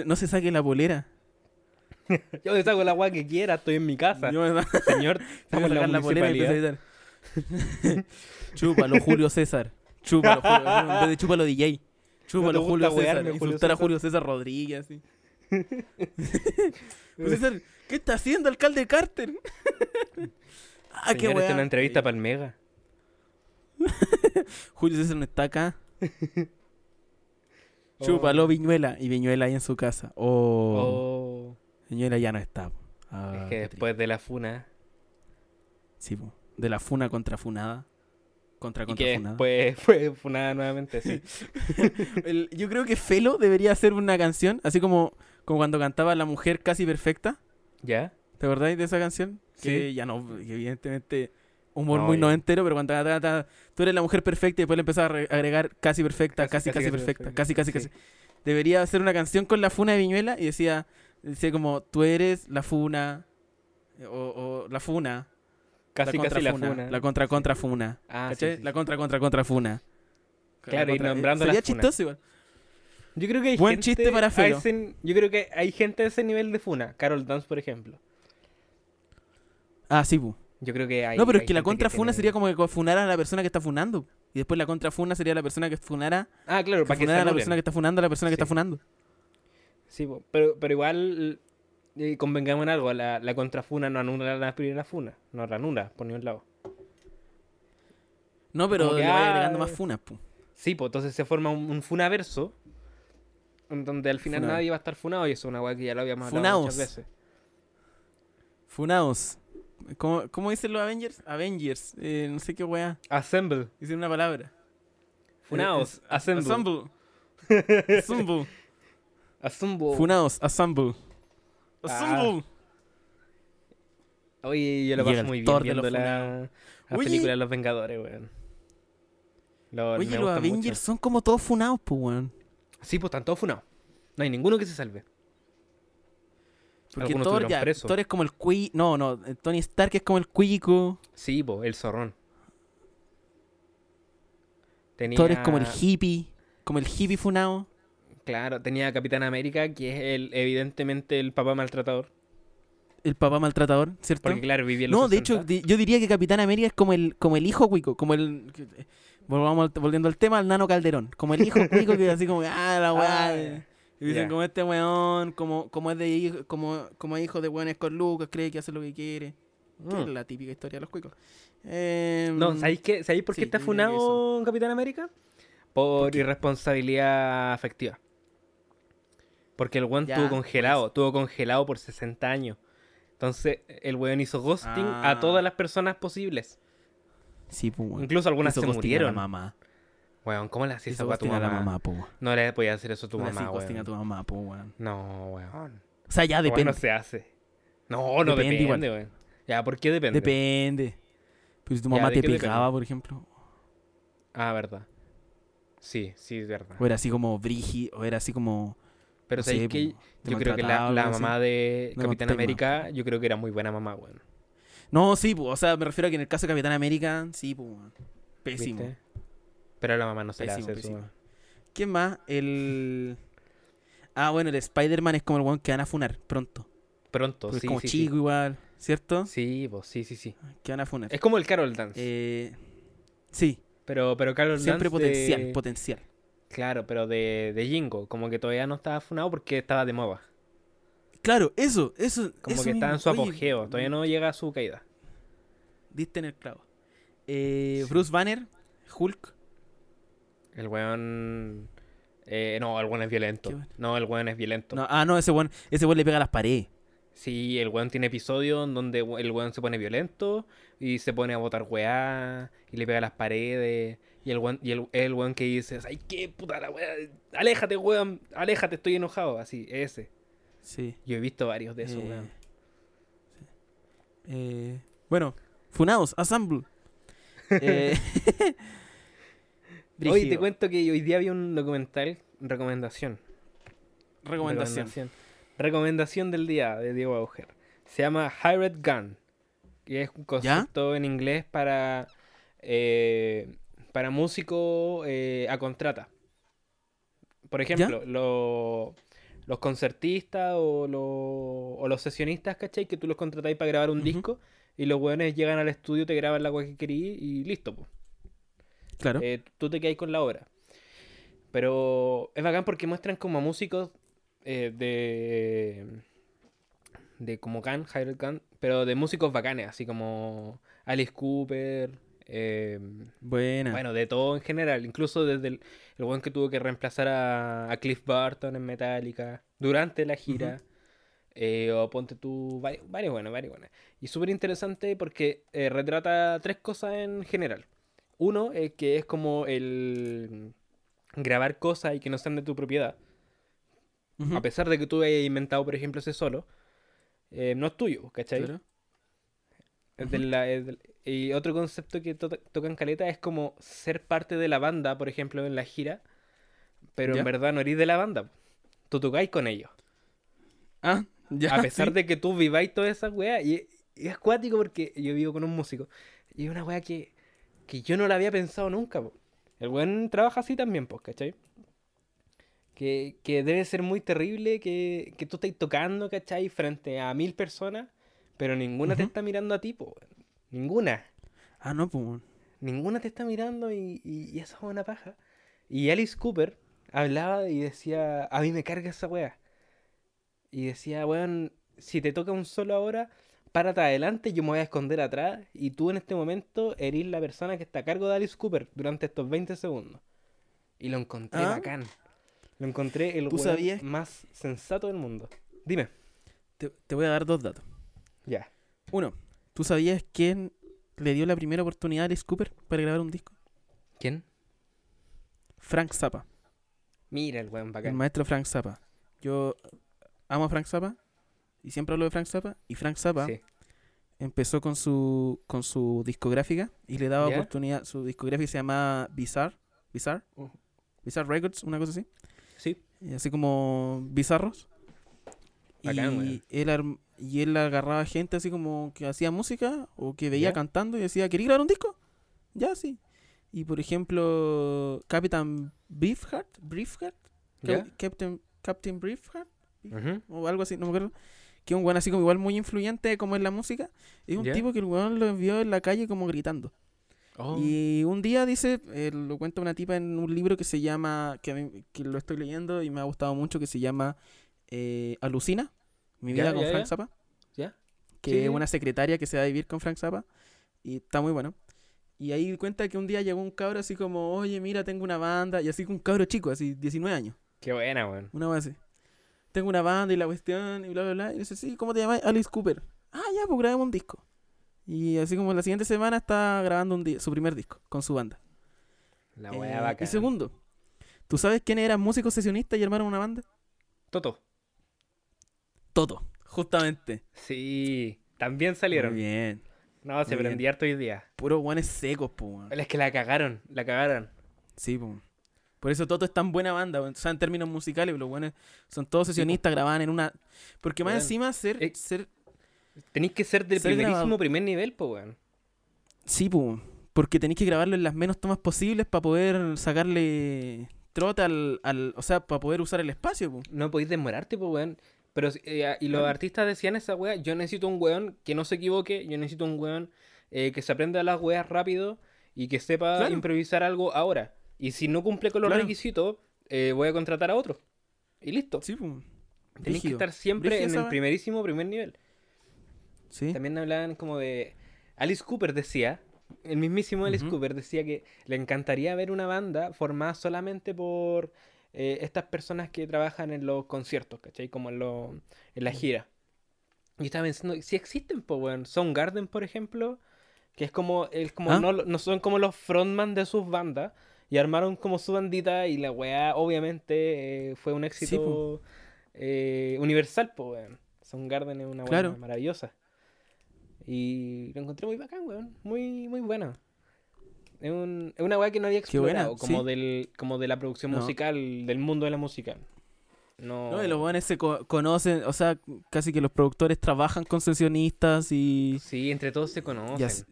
No se saque la bolera.
Yo le saco la weá que quiera, estoy en mi casa.
Yo me
Señor, estamos en la, municipalidad.
Chúpalo, Julio César. Chúpalo, Julio. En vez de chúpalo, DJ. Chúpalo,
No te gusta
Julio César.
wearme, Julio
insultar a
César.
Julio César Rodríguez. así. Julio César, ¿qué está haciendo, alcalde Carter? ah, qué
Señor, esta es
weá.
una entrevista para el Mega.
Julio César no está acá.
Oh.
Chúpalo, Viñuela. Y Viñuela ahí en su casa. Oh,
Oh.
Viñuela ya no está. Ah,
es
qué
que después de la funa.
triste. Sí, po. de la funa contra funada. Contra
Y
contra
que
funada.
después fue funada nuevamente, sí.
El- yo creo que Felo debería hacer una canción, así como, como cuando cantaba La Mujer Casi Perfecta.
¿Ya?
¿Te acordáis de esa canción? Que
Sí.
ya no, que evidentemente, humor
No,
muy
ya.
noventero, pero cuando ta, ta, ta, tú eres la mujer perfecta y después le empezaba a re- agregar casi perfecta, casi,
Casi,
casi,
casi, casi
perfecta,
perfecta.
casi, casi,
Sí.
casi. Debería hacer una canción con la funa de Viñuela y decía, decía como, tú eres la funa, o, o la funa,
Casi,
la
casi la
contrafuna,
funa.
la contra, contra funa.
Ah, sí,
¿Cachai?
sí,
La
sí.
contra, contra, contra funa.
Claro,
La
y
contra- eh,
nombrando
Sería
las funas.
chistoso igual.
Yo creo que hay
Buen
gente
chiste para
a
Felo.
ese- yo creo que hay gente a ese nivel de funa. Carol Dance, por ejemplo.
Ah, sí, pu.
Yo creo que hay.
No, pero
hay
es que la
gente
contrafuna
tiene-
sería como que funara a la persona que está funando. Y después la contrafuna sería la persona que funara,
Ah, claro,
que
para que se
funara a la
anulen.
persona que está funando a la persona que está
Sí.
funando.
Sí, po, pero, pero igual eh, convengamos en algo, la, la contrafuna no anula la primera funa, no la anula por ningún lado.
No, pero
Como que,
le va
ah,
agregando más
eh.
funas, pu.
Sí, pues entonces se forma un, un funaverso en donde al final
Funado.
nadie va a estar funado y eso es una weá que ya lo habíamos hablado
Funaos.
muchas veces.
Funados. ¿Cómo, cómo dicen los Avengers? Avengers. Eh, no sé qué weá.
Assemble.
Dicen una palabra.
Funaos. Assemble. Assemble.
Eh, Assemble. Assemble. Funados. Assemble.
Ah,
Assemble.
Oye, yo lo
Llega
paso
el
muy bien
Thor de los
viendo la, la
Oye.
película de los Vengadores, weón. Lo-
Oye, los
me gustan mucho.
Avengers son como todos funados, pues, weón.
Sí, pues están todos funados. No hay ninguno que se salve.
Porque
Algunos
Thor,
estuvieron
ya,
presos.
Thor es como el cuy... No, no. eh, Tony Stark es como el cuico.
Sí, po, el zorrón. Tenía,
Thor es como el hippie, como el hippie funao.
Claro, tenía a Capitán América, que es el, evidentemente el papá maltratador.
El papá maltratador, ¿cierto?
Porque, claro, vivía en los
No, de hecho,
60.
di- yo diría que Capitán América es como el, como el hijo cuico, como el... que- eh, volvamos al- volviendo al tema, al nano Calderón. Como el hijo cuico que así como, ah, la weá.
Ah,
eh. y dicen,
ya.
como este weón, como, como es de hijo, como, como es hijo de weones con Lucas, cree que hace lo que quiere.
Mm.
Que es la típica historia de los cuicos. Em,
No, ¿sabéis, qué? ¿sabéis por qué
Sí,
está
yo diría que
funado Capitán América? Por, irresponsabilidad afectiva. Porque el weón
Ya,
estuvo congelado, estuvo congelado por 60 años. Entonces, el weón hizo ghosting
Ah.
a todas las personas posibles.
Sí, pues, weón.
Incluso algunas
Hizo
se
ghosting a la
murieron.
mamá.
Weón, ¿cómo le hacías
Hizo
eso a tu
ghosting a la
mamá?
mamá, po, weón.
No le podías hacer eso a tu
Le hacía
mamá,
ghosting a tu
weón.
mamá, po, weón.
No, weón.
O sea, ya
Esa weá
depende.
no se hace. No, no
Depende
depende,
igual.
weón. Ya, ¿por qué depende?
Depende. Pero si tu
Ya,
mamá
¿de
te
qué depende?
pegaba, por ejemplo,
Ah, verdad. Sí, sí, es verdad.
o era así como brigi, o era así como.
Pero
no
sabéis
sé,
que
po, te
yo creo que
maltrataba
la,
o
la
algo así.
mamá de
No,
Capitán
te-
América, yo creo que era muy buena mamá, weón.
No, sí, po, o sea, me refiero a que en el caso de Capitán América, sí, po, weón. pésimo.
¿viste? Pero a la mamá no se
Pésimo,
le hace eso.
pésimo.
weón.
¿Quién más? El. Ah, bueno, el Spider-Man es como el weón que van a funar pronto.
Pronto,
Porque
Oh, sí,
es como
sí,
chico igual, ¿cierto?
sí. Sí, pues, sí, sí, sí.
Que van a funar.
Es como el Carol Dance.
Eh, sí,
pero, pero Carol
siempre
Dance. de-
potencial, potencial.
Claro, pero de, de Jingo. Como que todavía no estaba funado porque estaba de moda.
Claro, eso, eso.
Como
eso
que estaba en su
mismo. Oye, mm.
apogeo. Todavía no llega a su caída.
Diste en el clavo. Eh,
Sí.
Bruce Banner, Hulk.
El weón. eh, no, el weón es violento.
Qué bueno.
No, el weón es violento.
No, ah, no, ese weón, ese weón le pega a las paredes.
Sí, el weón tiene episodios en donde we- el weón se pone violento y se pone a botar weá y le pega a las paredes. Y el weón, y el, el weón que dice, ay, qué puta la weá, aléjate, weón, aléjate, estoy enojado. Así, ese.
Sí.
Yo he visto varios de esos,
Eh,
weón.
sí. Eh, bueno, Funados, Assemble. Eh,
Hoy te
brígido.
cuento que hoy día vi un documental, recomendación.
Recomendación.
Recomendación. Recomendación del día de Diego Auger. Se llama Hired Gun. Que es un concepto en inglés para, eh, para músico eh, a contrata. Por ejemplo, lo- los concertistas o, lo- o los sesionistas, ¿cachai? Que tú los contratáis para grabar un
Ujú.
disco y los weones llegan al estudio, te graban la cosa que querís y listo, pues.
Claro.
Eh, tú te quedas con la obra. Pero es bacán porque muestran como a músicos eh, de. de como Khan, Hired Khan, pero de músicos bacanes, así como Alice Cooper, eh,
Buena.
bueno, de todo en general. Incluso desde el, el weón que tuvo que reemplazar a, a Cliff Burton en Metallica durante la gira. eh, o ponte tú, vari- varios buenos, varios buenos. Y súper interesante porque eh, retrata tres cosas en general. Uno, eh, que es como el grabar cosas y que no sean de tu propiedad.
Ujú.
A pesar de que tú hayas inventado, por ejemplo, ese solo, eh, no es tuyo, ¿cachai?
Claro.
Es de la- es del- y otro concepto que to- tocan caleta es como ser parte de la banda, por ejemplo, en la gira, pero
¿Ya?
en verdad no eres de la banda. Tú tocáis con ellos.
Ah, ya.
A pesar
sí.
de que tú viváis todas esas weas. Y, y es cuático porque yo vivo con un músico. Y es una wea que, que yo no la había pensado nunca. po. El weón trabaja así también, pues, ¿cachai? Que, que debe ser muy terrible que, que tú estés tocando, ¿cachai? Frente a mil personas, pero ninguna te
Ujú.
está mirando a ti, po, weón. Ninguna.
Ah, no, pues. weón.
Ninguna te está mirando y, y, y eso es una paja. Y Alice Cooper hablaba y decía, a mí me carga esa wea. Y decía, weón, si te toca un solo ahora, párate adelante, yo me voy a esconder atrás. Y tú en este momento eres la persona que está a cargo de Alice Cooper durante estos 20 segundos. Y lo encontré
Ah.
bacán. Lo encontré el
¿Tú
weón
sabías?
más sensato del mundo. Dime.
Te, te voy a dar dos datos.
Ya.
Uno, ¿tú sabías quién le dio la primera oportunidad a Alice Cooper para grabar un disco?
¿Quién?
Frank Zappa.
Mira el weón
El
bacán.
maestro Frank Zappa. Yo amo a Frank Zappa y siempre hablo de Frank Zappa. Y Frank Zappa
Sí.
empezó con su, con su discográfica y le daba
¿Ya?
oportunidad. Su discográfica se llamaba Bizarre. Bizarre.
Ujú.
Bizarre Records, una cosa así.
Sí.
y así como bizarros.
Bacán,
y,
weón.
él arm- y él agarraba gente así como que hacía música o que veía
¿Ya?
cantando y decía, ¿queréis grabar un disco? Ya, sí. Y por ejemplo, Captain Beefheart, Briefheart,
¿Ya?
Captain, Captain Briefheart,
Ujú.
o algo así, no me acuerdo. Que es un weón así como igual muy influyente como es la música. Es un
¿Ya?
tipo que el weón lo vio en la calle como gritando.
Oh.
Y un día dice, eh, lo cuenta una tipa en un libro que se llama, que, a mí- que lo estoy leyendo y me ha gustado mucho, que se llama eh, Alucina, mi vida
Ya,
con
ya,
Frank
ya.
Zappa,
¿Ya?
que
Sí,
es
sí.
una secretaria que se va a vivir con Frank Zappa y está muy bueno. Y ahí cuenta que un día llegó un cabro así como, oye, mira, tengo una banda, y así que un cabro chico, así, 19 años,
Qué buena, weón.
una vez así. Tengo una banda y la cuestión, y bla, bla, bla. Y dice, sí, ¿cómo te llamas? Alice Cooper. Ah, ya, pues grabemos un disco. Y así como la siguiente semana está grabando un di- su primer disco con su banda.
La
Eh,
wea bacán.
Y segundo, ¿tú sabes quiénes eran músicos sesionistas y armaron una banda?
Toto.
Toto, justamente.
Sí, también salieron.
Muy bien.
No, se
muy
prendí harto hoy día.
Puros guanes secos, po, weón.
Es que la cagaron, la cagaron.
Sí, po. Por eso Toto es tan buena banda, weón. o sea, en términos musicales, los guanes son todos sesionistas, grababan en una... Porque más
Weón,
encima ser...
eh.
ser...
Tenéis que ser del
Ser
primerísimo
grabado.
primer nivel, po, weón.
Sí, po. Porque tenéis que grabarlo en las menos tomas posibles para poder sacarle trota al, al... O sea, para poder usar el espacio, po.
No podéis demorarte, po, weón. Pero, si- eh, y los artistas decían esa wea, yo necesito un weón que no se equivoque, yo necesito un weón eh, que se aprenda las weas rápido y que sepa
Claro.
improvisar algo ahora. Y si no cumple con los
Claro.
requisitos, eh, voy a contratar a otro. Y listo.
Sí, po.
Tenéis que
Brígido.
estar siempre
Brígido
en
esa
el
wea.
primerísimo primer nivel.
Sí.
También hablaban como de. Alice Cooper decía, el mismísimo Alice
Ujú.
Cooper decía que le encantaría ver una banda formada solamente por eh, estas personas que trabajan en los conciertos, ¿cachai? Como en, lo, en
Mm.
la gira. Y estaba pensando, si existen, pues, weón. Soundgarden, por ejemplo, que es como. Es como
¿Ah?
no, lo- no son como los frontman de sus bandas. Y armaron como su bandita y la weá, obviamente, eh, fue un
Sí,
éxito eh, universal, pues, weón. Soundgarden es una weá
Claro.
maravillosa. Y lo encontré muy bacán, weón. Muy, muy buena. Es, un- es una weá que no había
Qué buena,
explorado, como,
sí.
del, como de la producción
No.
musical, del mundo de la música. No,
No, y los buenos se co- conocen, o sea, casi que los productores trabajan con sesionistas y...
Sí, entre todos se
y
conocen.
así-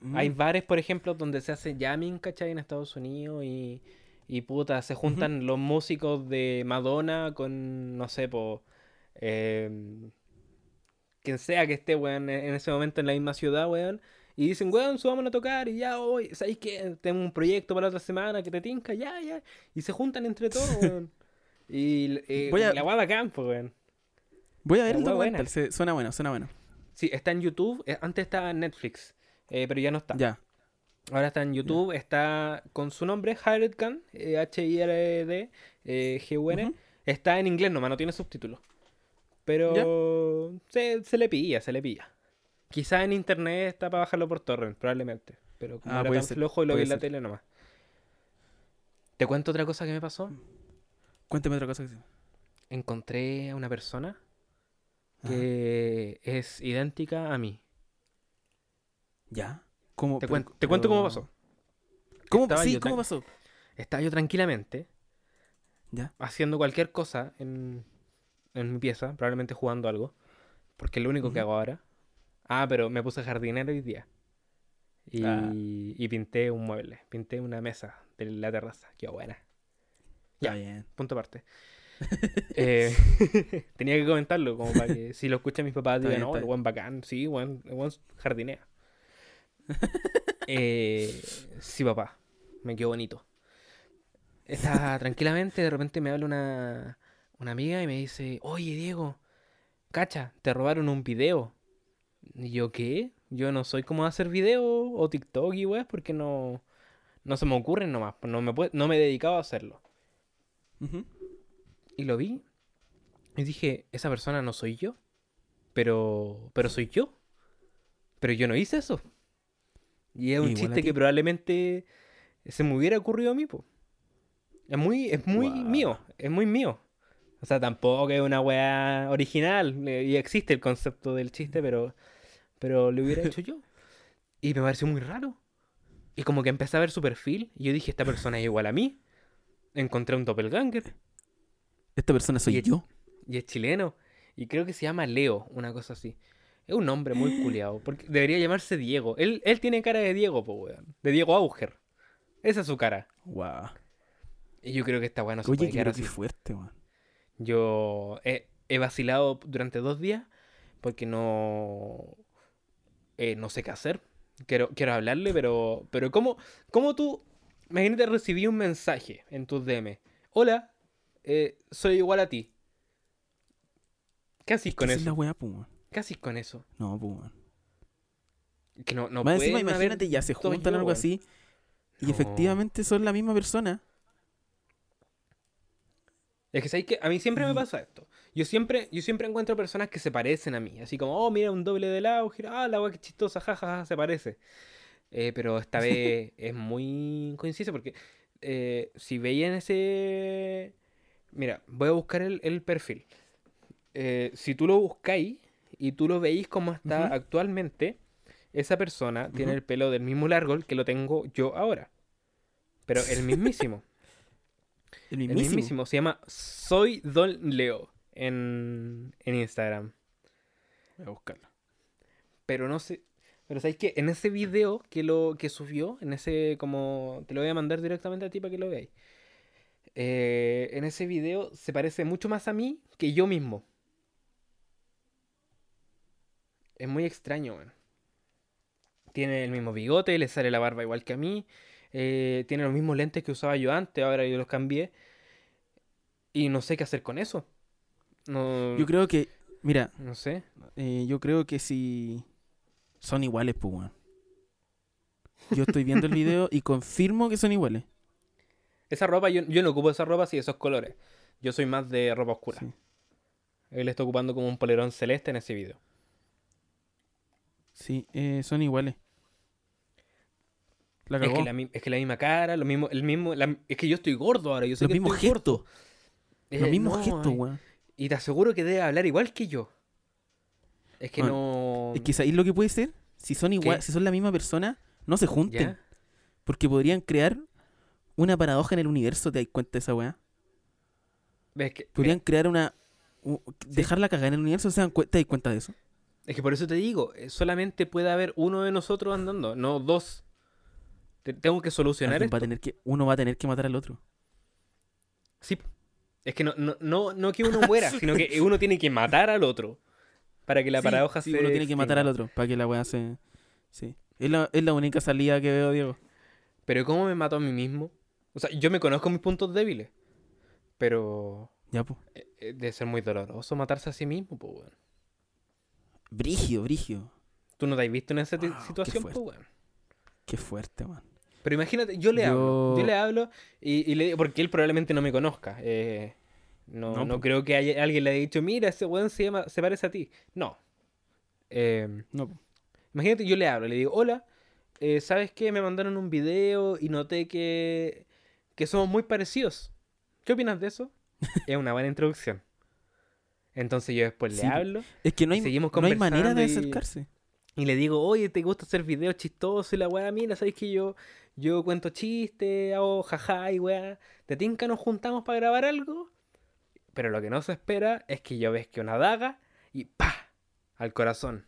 Mm,
Hay bares, por ejemplo, donde se hace jamming, ¿cachai? En Estados Unidos y, y puta, se juntan los músicos de Madonna con, no sé, po, em, quien sea que esté, weón, en en ese momento en la misma ciudad, weón. Y dicen, weón, subámonos a tocar y ya, hoy, ¿sabéis qué? Tengo un proyecto para la otra semana que te tinca, ya, ya. Y se juntan entre todos, weón. Y eh,
Voy a-
la guada campo, weón.
Voy a ver
la
el
hueá buena.
documental, se- suena bueno, suena bueno.
Sí, está en YouTube, eh, antes estaba en Netflix, eh, pero ya no está.
Ya.
Ahora está en YouTube, está con su nombre, Hired Gun, eh, H-I-R-D, eh, G-U-N.
Ujú.
Está en inglés nomás, no tiene subtítulos. Pero se, se le pilla, se le pilla. Quizás en internet está para bajarlo por torrent, probablemente. Pero como
Ah,
era
puede
tan
ser,
flojo y lo vi
puede
en la
ser.
tele nomás. ¿Te cuento otra cosa que me pasó?
Mm. Cuéntame otra cosa que sí.
Encontré a una persona
Ajá.
que es idéntica a mí.
¿Ya? ¿Cómo?
Te,
Pero-
cuen- te cuento cómo
pero-
pasó.
¿Cómo?
Estaba
Sí,
yo
¿cómo
tan-
pasó?
Estaba yo tranquilamente
¿Ya?
haciendo cualquier cosa en, en mi pieza, probablemente jugando algo, porque es lo único que
Ujú.
hago ahora. Ah, pero me puse jardinero hoy día. Y,
Ah.
y pinté un mueble, pinté una mesa de la terraza. Qué buena.
Está
Ya.
bien.
Punto aparte. Eh, tenía que comentarlo, como para que si lo escuchan mis papás
Está bien,
digan, no,
está
el buen bacán, sí, buen, buen jardinea. Eh, sí, papá, me quedó bonito. Estaba tranquilamente, de repente me habla una, una amiga y me dice, oye, Diego, cacha, te robaron un video. Y yo, ¿qué? Yo no soy como de hacer video o TikTok y weas porque no, no se me ocurren nomás, no me, pue- no me he dedicado a hacerlo.
Ujú.
Y lo vi. Y dije, esa persona no soy yo. Pero. Pero soy yo. Pero yo no hice eso. Y es un
Igual a
chiste
ti.
que probablemente se me hubiera ocurrido a mí, po. Es muy, es muy
Guau.
mío. Es muy mío. O sea, tampoco es una weá original. eh, Y existe el concepto del chiste, pero. Pero lo hubiera hecho yo. Y me pareció muy raro. Y como que empecé a ver su perfil. Y yo dije, esta persona es igual a mí. Encontré un doppelganger.
Esta persona soy
Y-
yo.
Y es chileno. Y creo que se llama Leo, una cosa así. Es un nombre muy culiado. Porque debería llamarse Diego. Él, él tiene cara de Diego, po, weón. De Diego Auger. Esa es su cara.
Wow.
Y yo creo que esta weá no se
Oye,
puede
que
quedar
creo
así.
que fuerte, weón.
Yo he, he vacilado durante dos días porque no. eh, no sé qué hacer. Quiero, quiero hablarle, pero. Pero, ¿cómo, ¿cómo tú. Imagínate recibí un mensaje en tus DM. Hola, eh, soy igual a ti. ¿Qué haces con
Esa es
eso?
la weá, pues, weón.
¿Qué haces con eso?
No, pues, weón.
Que no, no
Más
pueden
encima,
haber-
imagínate, ya se
dos
juntan
yo,
algo
weón.
así. Y
No.
efectivamente son la misma persona.
Es que sabéis que a mí siempre me
Y-
pasa esto. Yo siempre, yo siempre encuentro personas que se parecen a mí. Así como, oh, mira, un doble de lado, gira, ah, la agua que chistosa, jajaja, se parece. Eh, pero esta vez es muy coincidencia porque eh, si veían ese. Mira, voy a buscar el, el perfil. Eh, si tú lo buscáis y tú lo veis como está
Ujú.
actualmente, esa persona tiene
Ujú.
el pelo del mismo largo que lo tengo yo ahora. Pero el mismísimo.
El
El
mismísimo.
mismísimo. Se llama Soy Don Leo en, en Instagram.
Voy a buscarlo.
Pero no sé. Pero sabéis que en ese video que lo que subió, en ese como. Te lo voy a mandar directamente a ti para que lo veáis. Eh, en ese video se parece mucho más a mí que yo mismo. Es muy extraño, weón. Tiene el mismo bigote, le sale la barba igual que a mí. eh, tiene los mismos lentes que usaba yo antes, ahora yo los cambié. Y no sé qué hacer con eso. No,
Yo creo que, mira,
no sé.
eh, yo creo que si son iguales, pues, weón. Yo estoy viendo el video y confirmo que son iguales.
Esa ropa, yo, yo no ocupo esa ropa así, esos colores. Yo soy más de ropa oscura.
Sí.
Él está ocupando como un polerón celeste en ese video.
Sí, eh, son iguales. La
Es
cagó.
que la, mi- es que la misma cara, lo mismo, el mismo, la- es que yo estoy gordo ahora, yo sé
Los
que
mismos
estoy
gestos.
gordo.
Los
Eh,
mismos
no,
gestos,
eh,
weón.
Y te aseguro que debe hablar igual que yo. Es que no.
Ah, Es que ¿sabéis lo que puede ser? Si son igual,
¿Qué?
si son la misma persona, no se junten.
¿Ya?
Porque podrían crear una paradoja en el universo, ¿te das cuenta de esa weá?
Es que,
Podrían crear una. u- Dejarla cagar en el universo, ¿se dan cuen- ¿te das cuenta de eso?
es que por eso te digo, eh, solamente puede haber uno de nosotros andando, no dos. Te- tengo que solucionar
Alguien
esto.
va a tener que, uno va a tener que matar al otro.
Sí. Es que no, no, no, no que uno muera, sino que uno tiene que matar al otro. Para que la
Sí,
paradoja
sí,
se.
uno tiene que matar al
extinga.
otro para que la weá se. Sí. Es la, es la única salida que veo, Diego.
Pero ¿cómo me mato a mí mismo? O sea, yo me conozco mis puntos débiles. Pero.
Ya, pues.
eh, eh, Debe ser muy doloroso matarse a sí mismo, pues, weón.
Brigio, brigio.
Tú no te has visto en esa ti-
Wow, Ah, qué
situación, pues,
fuerte.
weón.
Qué fuerte, man.
Pero imagínate, yo le
Yo-
hablo, yo le hablo y, y le digo, porque él probablemente no me conozca. eh, no
No,
no,
po.
creo que haya- alguien le haya dicho, mira, ese weón se, llama, se parece a ti. No. Eh,
No, po.
imagínate, yo le hablo, le digo, hola, eh, ¿sabes qué? Me mandaron un video y noté que, que somos muy parecidos. ¿Qué opinas de eso? es una buena introducción. Entonces yo después
Sí,
le
po.
hablo
es que no hay,
Seguimos
no hay manera de
conversando y-
acercarse.
y le digo, oye, ¿te gusta hacer videos chistosos? Y la weá, mira, ¿sabes que yo, yo cuento chistes, hago jaja y weá? ¿Te tinca nos juntamos para grabar algo? Pero lo que no se espera es que yo ves que una daga y pa al corazón.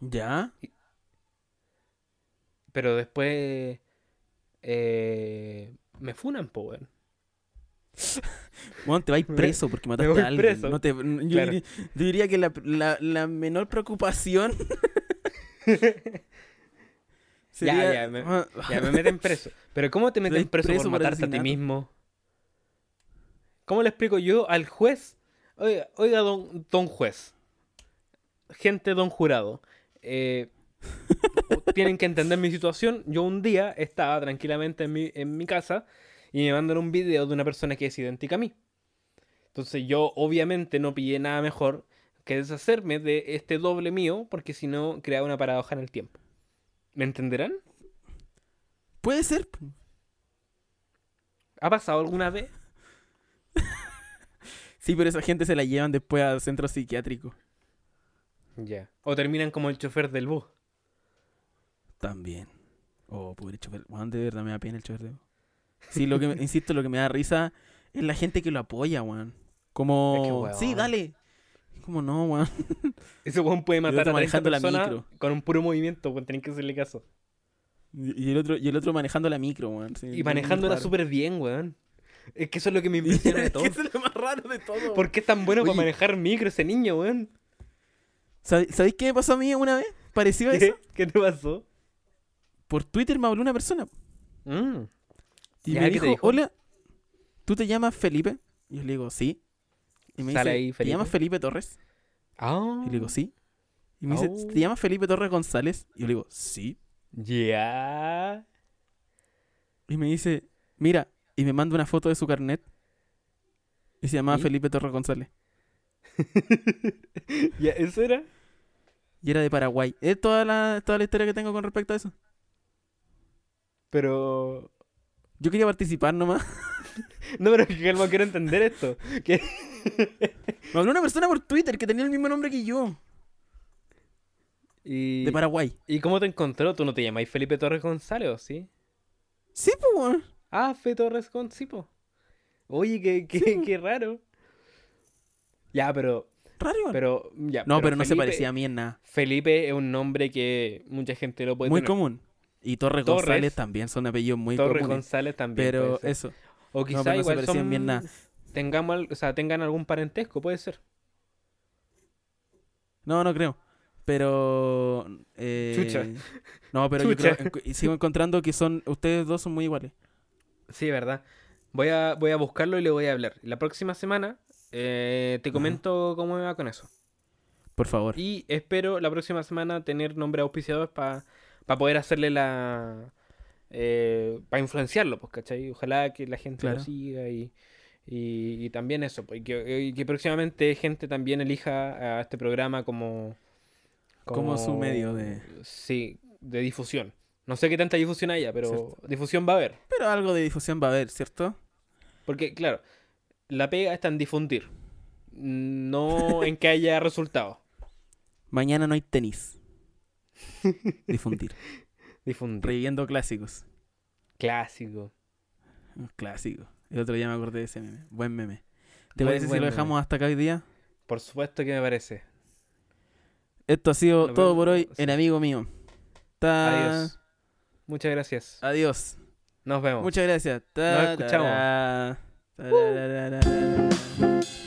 ¿Ya?
Pero después eh, me funan, po, weón.
Bueno, te vais
Me-
preso porque mataste
voy
a alguien.
preso.
No te- yo,
Claro.
diría, yo diría que la, la- la menor preocupación sería...
ya, me- Ya me meten preso. Pero ¿cómo te meten
vais
preso,
preso
por
por
matarte a ti
asesinato.
mismo? ¿Cómo le explico yo al juez? Oiga, oiga, don, don juez. Gente, don jurado. eh, tienen que entender mi situación. Yo un día estaba tranquilamente en mi, en mi casa y me mandan un video de una persona que es idéntica a mí. Entonces yo obviamente no pillé nada mejor que deshacerme de este doble mío porque si no creaba una paradoja en el tiempo. ¿Me entenderán?
Puede ser.
¿Ha pasado alguna vez?
Sí, pero esa gente se la llevan después al centro psiquiátrico.
Ya. O terminan como el chofer del bus.
También. Oh, pobre chofer. Juan, de verdad me da pena el chofer de bus. Sí, lo que me- insisto, lo que me da risa es la gente que lo apoya, Juan. Como,
Es que,
sí,
weón.
dale. Como no, Juan.
Ese weón puede matar
otro
a 30
manejando la
personas
micro.
con un puro movimiento, weón. Tienen que hacerle caso.
Y y el otro, y el otro manejando la micro, Juan. Sí, muy
Y manejándola
raro.
súper bien, weón. Es que eso es lo que me
Es
impresiona de todo.
que eso es lo más raro de todo. weón.
¿Por qué es tan bueno para
Oye.
manejar micro ese niño, weón?
¿Sab- ¿Sabéis qué me pasó a mí una vez? Parecido a
¿Qué,
eso.
¿Qué te pasó?
Por Twitter me habló una persona.
Mm.
Y
Ya,
me
¿qué
dijo,
te dijo?
hola, ¿tú te llamas Felipe? Y yo le digo, sí. Y me
Sale
dice,
ahí,
¿te llamas Felipe Torres?
Ah.
Y le digo, sí. Y me dice,
Oh.
¿te llamas Felipe Torres González? Y yo le digo, sí.
Ya.
Y me dice, mira, y me manda una foto de su carnet. Y se llamaba
¿Y?
Felipe Torres González.
¿Ya eso era?
Y era de Paraguay. Es toda la, toda la historia que tengo con respecto a eso.
Pero...
Yo quería participar nomás.
No, pero es que calma, quiero entender esto. Que...
Me habló una persona por Twitter que tenía el mismo nombre que yo.
Y...
De Paraguay.
¿Y cómo te encontró? ¿Tú no te llamáis Felipe Torres González o sí?
Sí, pues, weón.
Ah, Fe Torres con Sipo. Oye, qué, qué, qué raro. Ya, pero.
Raro. weón.
pero ya,
no, pero, no se parecía a mí en nada.
Felipe es un nombre que mucha gente lo puede
Muy
tener.
común. Y Torres,
Torres.
González también son apellidos muy
Torres
comunes.
González también.
Pero
puede ser.
eso.
O
pero
quizá
no se
igual
parecían
son-
bien nada.
Tengamos, al- o sea, tengan algún parentesco, puede ser.
No, no creo. Pero. eh,
Chucha.
No, pero
Chucha.
yo creo. encu- y sigo encontrando que son. Ustedes dos son muy iguales.
Sí, verdad. Voy a, voy a buscarlo y le voy a hablar. La próxima semana eh, te
Ajá.
comento cómo me va con eso.
Por favor.
Y espero la próxima semana tener nombre auspiciador para poder hacerle la. para influenciarlo, pues, ¿cachai? Ojalá que la gente
Claro.
lo siga y, y, y también eso, pues, y que, y que próximamente gente también elija a este programa como.
Como su medio de-
Sí, de difusión. No sé qué tanta difusión haya, pero
Cierto.
difusión va a haber.
Pero algo de difusión va a haber, ¿cierto?
Porque, claro, la pega está en difundir, no en que haya resultados.
Mañana no hay tenis. Difundir.
Difundir.
Reviviendo clásicos.
Clásico.
Un clásico. El otro día me acordé de ese meme. Buen meme. ¿Te
Muy
parece si
buen
lo
meme.
dejamos hasta acá hoy día?
Por supuesto que me parece.
Esto ha sido
Nos
todo
vemos,
por hoy
sí.
en Amigo Mío. Ta-
Adiós. Muchas gracias.
Adiós.
Nos vemos.
Muchas gracias.
Nos escuchamos.
Ta- tarara. Tararararara.